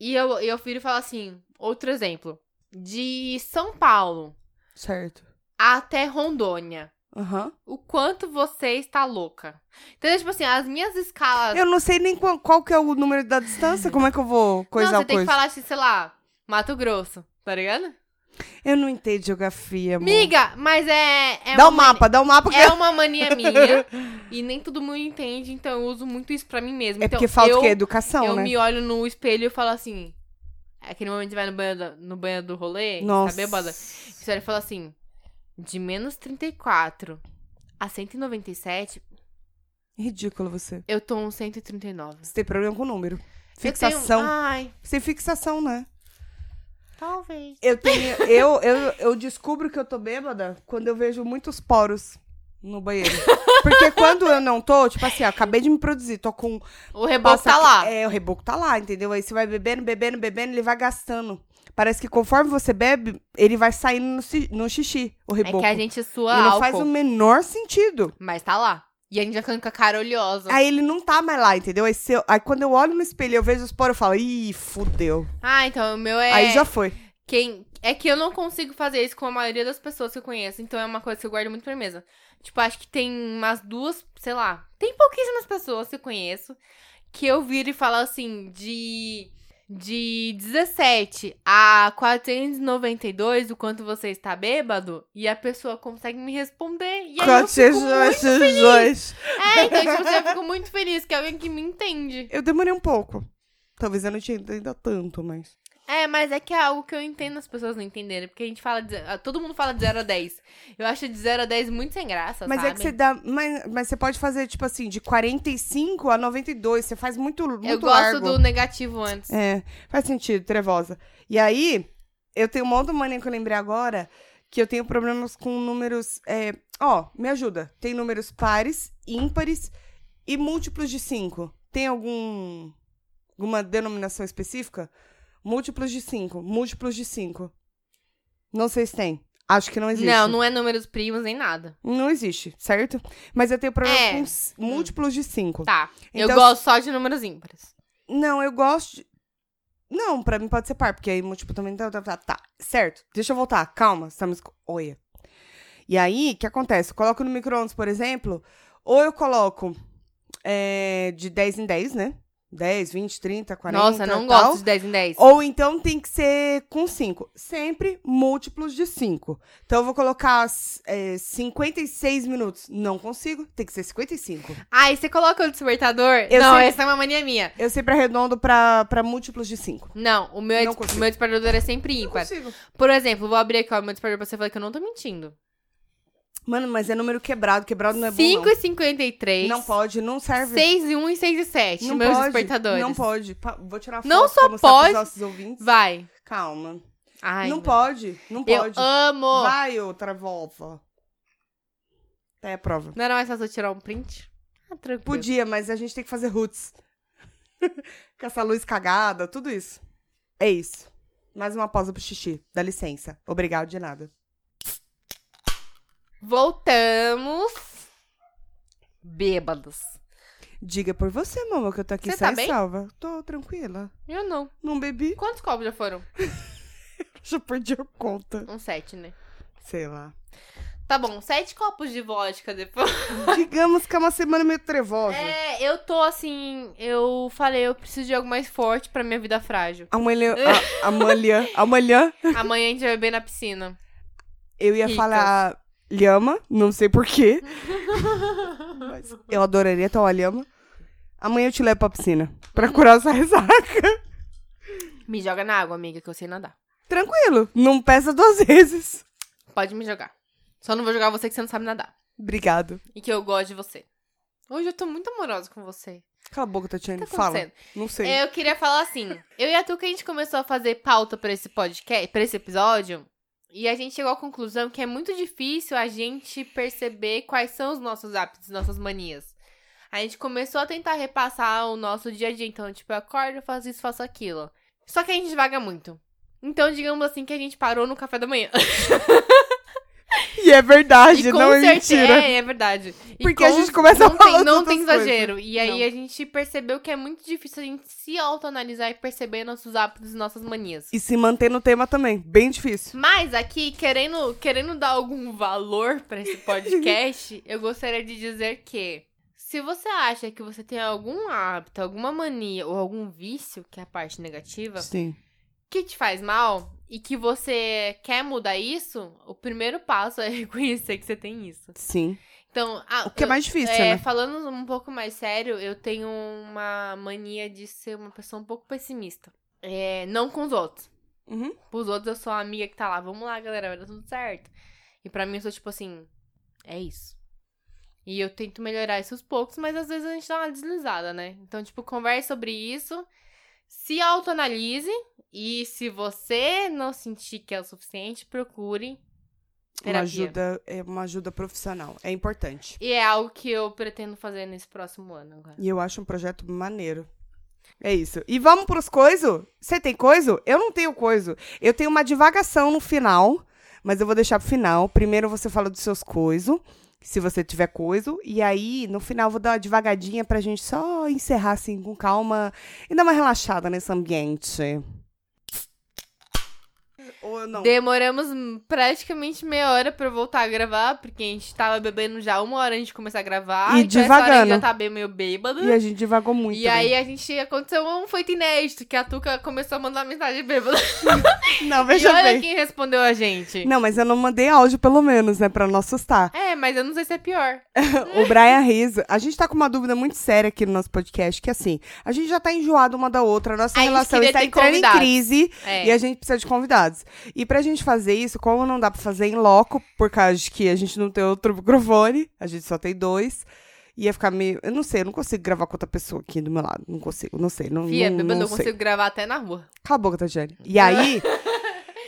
E eu, eu viro e falo assim, outro exemplo. De São Paulo Certo. até Rondônia, Aham. o quanto você está louca. Então, tipo assim, as minhas escalas... Eu não sei nem qual, qual que é o número da distância, como é que eu vou coisar não, o você tem coisa. que falar assim, sei lá, Mato Grosso, tá ligado? Eu não entendo geografia, amor. Miga, mas é... é dá o uma mania- mapa, dá o mapa. que- É uma mania minha e nem todo mundo entende, então eu uso muito isso pra mim mesma. É então, porque falta eu, o quê? Educação, eu né? me olho no espelho e falo assim. Aquele momento que você vai no banheiro, do- no banheiro do rolê, Nossa. tá bêbada. E você olha e fala assim: de menos 34 a 197, Ridículo você. eu tô um 139. Você tem problema com número. Eu Fixação. Tenho... Ai, Você tem fixação, né? talvez. Eu tenho. eu, eu, eu descubro que eu tô bêbada quando eu vejo muitos poros no banheiro. Porque quando eu não tô, tipo assim, ó, acabei de me produzir, tô com O reboque Passa tá que- lá. É, o reboco tá lá, entendeu? Aí você vai bebendo, bebendo, bebendo, ele vai gastando. Parece que conforme você bebe, ele vai saindo no, ci- no xixi, o É reboco. que a gente sua e não álcool, faz um o menor sentido. mas tá lá. E a gente vai ficando com a cara oleosa. Aí ele não tá mais lá, entendeu? Aí, se eu- aí quando eu olho no espelho e eu vejo os poros, eu falo, ih, fudeu. Ah, então o meu é. Aí já foi. Quem... É que eu não consigo fazer isso com a maioria das pessoas que eu conheço, então é uma coisa que eu guardo muito pra mim mesma. Tipo, acho que tem umas duas, sei lá, tem pouquíssimas pessoas que eu conheço que eu viro e falo assim, de. De 17 a 492, o quanto você está bêbado, e a pessoa consegue me responder. E aí eu fico muito... 402. É, então tipo, assim, eu fico muito feliz que é alguém que me entende. Eu demorei um pouco. Talvez eu não tinha entendido tanto, mas. É, mas é que é algo que eu entendo as pessoas não entenderem. Porque a gente fala. De, ah, todo mundo fala de 0 a 10. Eu acho de 0 a 10 muito sem graça, Mas sabe? é que você dá. Mas, mas você pode fazer, tipo assim, de 45 a 92. Você faz muito, muito Eu gosto largo. do negativo antes. É, faz sentido, trevosa. E aí, Eu tenho uma outra mania que eu lembrei agora, que eu tenho problemas com números. é, Ó, me ajuda. Tem números pares, ímpares e múltiplos de 5. Tem algum. alguma denominação específica? Múltiplos de 5. Múltiplos de 5. Não sei se tem. Acho que não existe. Não, não é números primos nem nada. Não existe, certo? Mas eu tenho problema É. com s- múltiplos de 5. Tá. eu Então- gosto só de números ímpares. Não, eu gosto. de- Não, pra mim pode ser par, porque aí múltiplo também tá, tá, tá, tá. Certo, deixa eu voltar, calma, você tá me escu- Olha. E aí, o que acontece? Eu coloco no micro-ondas, por exemplo, ou eu coloco é, de 10 em 10, né? 10, 20, 30, 40. Nossa, não tal. gosto de 10 em 10. Ou então tem que ser com 5. Sempre múltiplos de 5. Então eu vou colocar é, 56 minutos. Não consigo, tem que ser 55. Ai, você coloca o despertador? Eu não, sei- essa é uma mania minha. Eu sempre arredondo pra, pra múltiplos de 5. Não, o meu, é Não des- consigo. o meu despertador é sempre ímpar. consigo. Por exemplo, vou abrir aqui ó, meu despertador pra você falar que eu não tô mentindo. Mano, mas é número quebrado. Quebrado não é bom, 5 não. e 53. Não pode, não serve. 6 e 1 e 6 e 7. não meus pode, despertadores. Não pode. Pa- vou tirar foto Não só pra mostrar pode- pros nossos ouvintes. Vai. Calma. Ai, não meu- pode, não Eu pode. amo. Vai, outra volta. Até a prova. Não era mais fácil eu tirar um print? Ah, tranquilo. Podia, mas a gente tem que fazer roots. [LAUGHS] Com essa luz cagada, tudo isso. É isso. Mais uma pausa pro xixi. Dá licença. Obrigado de nada. Voltamos. Bêbados. Diga por você, mamãe, que eu tô aqui Você sã tá e bem? salva. Tô tranquila. Eu não. Não bebi, [LAUGHS] Quantos copos já foram? já perdi a conta. Um sete, né? Sei lá. Tá bom, sete copos de vodka depois. Digamos que é uma semana meio trevosa. [LAUGHS] É, eu tô assim. Eu falei, eu preciso de algo mais forte pra minha vida frágil. Amanhã, a- amanhã, amanhã Amanhã a gente vai beber na piscina. eu ia Ricas. falar lhama, não sei [LAUGHS] porquê. mas eu adoraria tomar lhama. Amanhã eu te levo pra piscina pra curar essa ressaca. Me joga na água, amiga, que eu sei nadar. [LAUGHS] Tranquilo, não pesa duas vezes. Pode me jogar. Só não vou jogar você que você não sabe nadar. Obrigado. E que eu gosto de você. Hoje eu tô muito amorosa com você. Cala a boca, Tatiane. O que tá Fala. acontecendo? Não sei. Eu queria falar assim. Eu e a Tuca, a gente começou a fazer pauta pra esse podcast, pra esse episódio. E a gente chegou à conclusão que é muito difícil a gente perceber quais são os nossos hábitos, nossas manias. A gente começou a tentar repassar o nosso dia a dia. Então, tipo, eu acordo, eu faço isso, faço aquilo. Só que a gente vaga muito. Então, digamos assim que a gente parou no café da manhã. E é verdade, E com não é certe- mentira. É, é verdade. E Porque a gente começa a não falar tem, Não tantas tem coisas. exagero. E aí Não. a gente percebeu que é muito difícil a gente se autoanalisar e perceber nossos hábitos e nossas manias. E se manter no tema também, bem difícil. Mas aqui, querendo, querendo dar algum valor [LAUGHS] pra esse podcast, eu gostaria de dizer que se você acha que você tem algum hábito, alguma mania ou algum vício, que é a parte negativa, Sim. que te faz mal e que você quer mudar isso, o primeiro passo é [LAUGHS] reconhecer que você tem isso. Sim. Então, ah, O que é eu- mais difícil, é, né? Falando um pouco mais sério, eu tenho uma mania de ser uma pessoa um pouco pessimista. É, não com os outros. Uhum. Pros outros eu sou a amiga que tá lá, vamos lá, galera, vai dar tudo certo. E pra mim eu sou tipo assim, é isso. E eu tento melhorar isso aos poucos, mas às vezes a gente dá uma deslizada, né? Então, tipo, converse sobre isso, se autoanalise e se você não sentir que é o suficiente, procure Uma terapia. ajuda, é uma ajuda profissional. É importante. E é algo que eu pretendo fazer nesse próximo ano agora. E eu acho um projeto maneiro. É isso. E vamos pros coiso? Você tem coiso? Eu não tenho coiso. Eu tenho uma divagação no final, mas eu vou deixar pro final. Primeiro você fala dos seus coiso, se você tiver coiso. E aí, no final, eu vou dar uma divagadinha pra gente só encerrar assim com calma e dar uma relaxada nesse ambiente. Ou não. Demoramos hum, praticamente meia hora pra eu voltar a gravar, porque a gente tava bebendo já uma hora antes de começar a gravar. E então essa hora a gente devagando. já tá bem meio bêbado. E a gente divagou muito. né? E aí a gente aconteceu um feito inédito, que a Tuca começou a mandar mensagem bêbada. né? Não, E veja olha bem. quem respondeu a gente. Não, mas eu não mandei áudio, pelo menos, né? Pra não assustar. É, mas eu não sei se é pior. O Brian Rizzo, a gente tá com uma dúvida muito séria aqui no nosso podcast, que assim, a gente já tá enjoado uma da outra, a nossa A gente relação queria está ter entrando em convidados. crise É. e a gente precisa de convidados. E pra gente fazer isso, como não dá pra fazer em loco, por causa de que a gente não tem outro microfone, a gente só tem dois, ia ficar meio. Eu não sei, eu não consigo gravar com outra pessoa aqui do meu lado. Não consigo, não sei. Não, Fia, não, bêbado, não eu sei. consigo gravar até na rua. [LAUGHS] Cala a boca, Tatiane. E aí,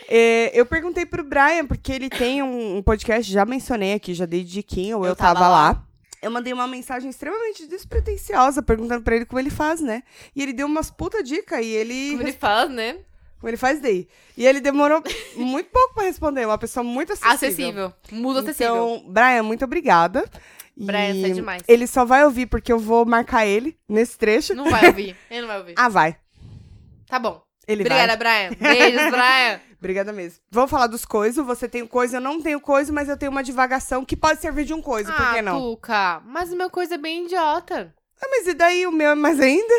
É, eu perguntei pro Brian, porque ele tem um, um podcast, já mencionei aqui, já dei diquinha, ou eu, tava, lá. Eu mandei uma mensagem extremamente despretensiosa, perguntando pra ele como ele faz, né? E ele deu umas puta dica e ele... Como ele fala, né? Como ele faz daí. E ele demorou [LAUGHS] muito pouco pra responder, uma pessoa muito acessível. Acessível. Muda acessível. Então, Brian, muito obrigada. Brian, E você é demais. Ele só vai ouvir porque eu vou marcar ele nesse trecho. Não [LAUGHS] vai ouvir. Ele não vai ouvir. Ah, vai. Tá bom. Ele vai. Obrigada, Brian. [LAUGHS] Beijos, Brian. Obrigada mesmo. Vamos falar dos coisas. Você tem o coisa, eu não tenho coisa, mas eu tenho uma divagação que pode servir de um coisa, por que ah, não? Tuca, mas o meu coisa é bem idiota. Ah, mas e daí o meu é mais ainda?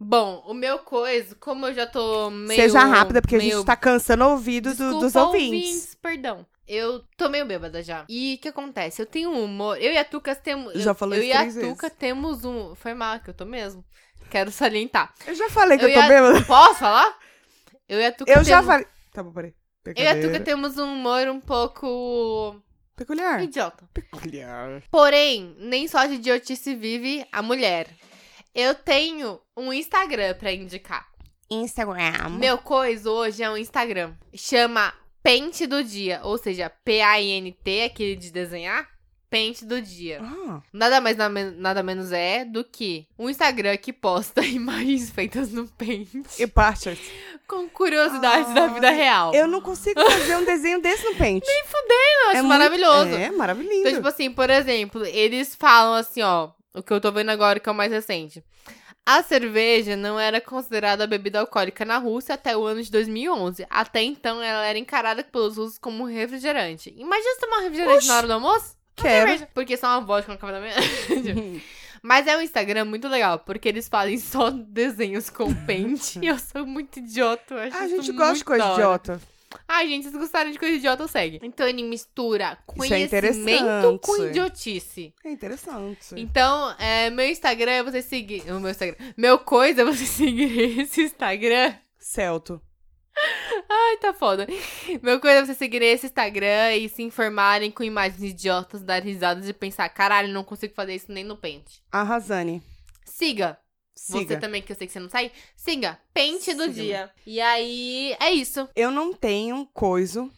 Bom, o meu coisa, como eu já tô meio... Seja rápida, porque a meio gente tá cansando o ouvido do- Desculpa, dos ouvintes. perdão. Eu tô meio bêbada já. E o que acontece? Eu tenho um humor. Eu e a Tuca temos. Já falou Eu isso e a três vezes. Tuca temos um. Foi mal, que eu tô mesmo. Quero salientar. Eu já falei É que eu, Eu tô ia- bêbada. [LAUGHS] Posso falar? Eu e a Tuca Eu já temos- falei. Tá bom, peraí. Eu e a Tuca Brincadeira. É. temos um humor um pouco. Peculiar. idiota. Peculiar. Porém, nem só de idiotice vive a mulher. Eu tenho um Instagram pra indicar. Instagram. Meu coisa hoje é um Instagram. Chama Pente do Dia, ou seja, P-A-N-T, aquele de desenhar. Pente do Dia. Ah, Nada mais, na men- nada menos é do que um Instagram que posta [LAUGHS] imagens feitas no pente e Parchers. com curiosidades da vida real. Eu não consigo fazer um desenho desse no [LAUGHS] pente. Nem Eu fudeu, acho maravilhoso. É, maravilhoso. Então, tipo assim, por exemplo, eles falam assim, ó, o que eu tô vendo agora que é o mais recente. A cerveja não era considerada bebida alcoólica na Rússia até o ano de 2011. Até então, ela era encarada pelos russos como refrigerante. Imagina você tomar um refrigerante Oxi. na hora do almoço? Uma Quero. Uhum. cerveja. Porque só uma vodka no café da manhã. [LAUGHS] Mas é um Instagram muito legal, porque eles fazem só [LAUGHS] desenhos com pente. e eu sou muito idiota. eu acho Ah, a isso gente gosta de muito coisa da hora. idiota. Ai, gente, vocês gostaram de coisa idiota, segue. Então ele mistura Isso é conhecimento com interessante. idiotice. É interessante. Então, é, meu Instagram é você seguir. O meu Instagram. Meu coisa é você [LAUGHS] seguir esse Instagram. Celto. Ai, tá foda. Meu coisa é você seguir esse Instagram e se informarem com imagens idiotas, dar risadas e pensar: caralho, não consigo fazer isso nem no pente. Arrasane. Siga. Siga. Você também, que eu sei que você não sai. Siga. Pente do Siga-me. dia. E aí, é isso. Eu não tenho coisa,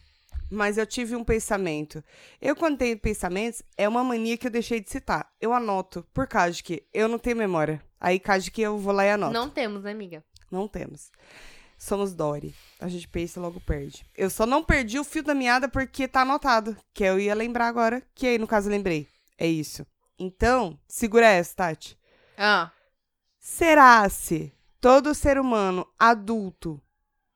mas eu tive um pensamento. Eu, quando tenho pensamentos, é uma mania que eu deixei de citar. Eu anoto, por causa de que eu não tenho memória. Aí, caso de que eu vou lá e anoto. Não temos, né, amiga? Não temos. Somos Dory. A gente pensa e logo perde. Eu só não perdi o fio da meada porque tá anotado. Que eu ia lembrar agora. Que aí, no caso, eu lembrei. É isso. Então, segura essa, Tati. Ah. Será se todo ser humano adulto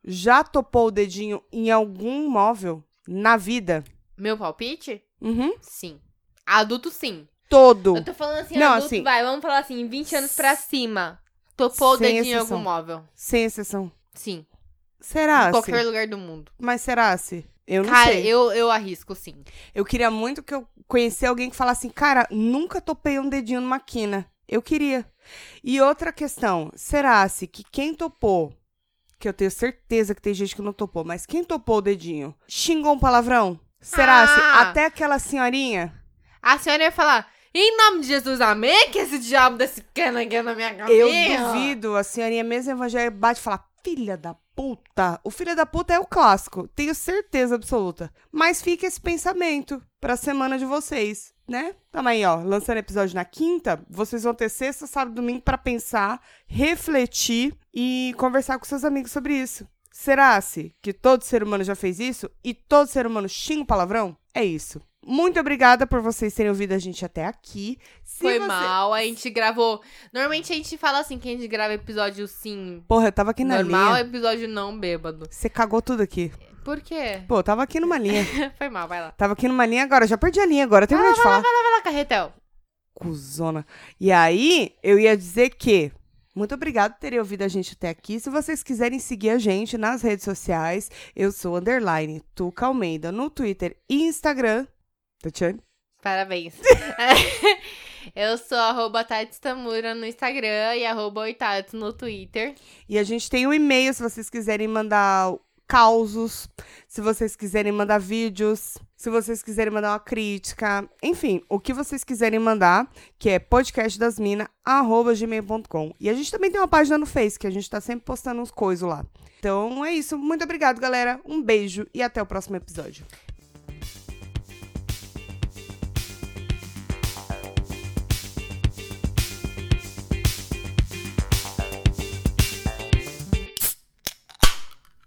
já topou o dedinho em algum móvel na vida? Meu palpite? Uhum. Sim. Adulto, sim. Todo. Eu tô falando assim, Não, adulto, assim- vai, vamos falar assim, 20 anos pra cima. Topou o Sem dedinho em algum exceção. móvel. Sem exceção. Sim. Será em se? qualquer lugar do mundo. Mas será se? Eu não Cara, sei. eu, eu arrisco, sim. Eu queria muito que eu conhecesse alguém que falasse assim, cara, nunca topei um dedinho numa quina. Eu queria. E outra questão, será se que quem topou, que eu tenho certeza que tem gente que não topou, mas quem topou o dedinho, xingou um palavrão? Será se Ah! até aquela senhorinha? A senhora ia falar, em nome de Jesus, amém? Que esse diabo desse cana aqui é na minha cabeça. Eu duvido, a senhorinha mesmo evangélica bate e fala, filha da puta. O filho da puta é o clássico, tenho certeza absoluta. Mas fica esse pensamento pra semana de vocês, né? Tamo aí, ó, lançando episódio na quinta, vocês vão ter sexta, sábado, domingo pra pensar, refletir e conversar com seus amigos sobre isso. Será-se que todo ser humano já fez isso e todo ser humano xinga o palavrão? É isso. Muito obrigada por vocês terem ouvido a gente até aqui. Se Foi você- mal, a gente gravou. Normalmente a gente fala assim, que a gente grava episódio sim. Porra, eu tava aqui na normal, linha. episódio não bêbado. Você cagou tudo aqui. Por quê? [LAUGHS] Pô, eu tava aqui numa linha. Foi mal, vai lá. Tava aqui numa linha agora, já perdi a linha agora, tem medo de falar. Vai lá, Carretel. Cusona. E aí, eu ia dizer que. Muito obrigado por terem ouvido a gente até aqui. Se vocês quiserem seguir a gente nas redes sociais, eu sou underline Tuca Almeida no Twitter e Instagram. Tatiane? Parabéns. [LAUGHS] Eu sou arroba Tati Tamura no Instagram e arroba Oitatos no Twitter. E a gente tem um e-mail se vocês quiserem mandar causos. Se vocês quiserem mandar vídeos, se vocês quiserem mandar uma crítica, enfim, o que vocês quiserem mandar, que é podcastdasmina@gmail.com. E a gente também tem uma página no Face que a gente tá sempre postando uns coisas lá. Então é isso, muito obrigado, galera. Um beijo e até o próximo episódio.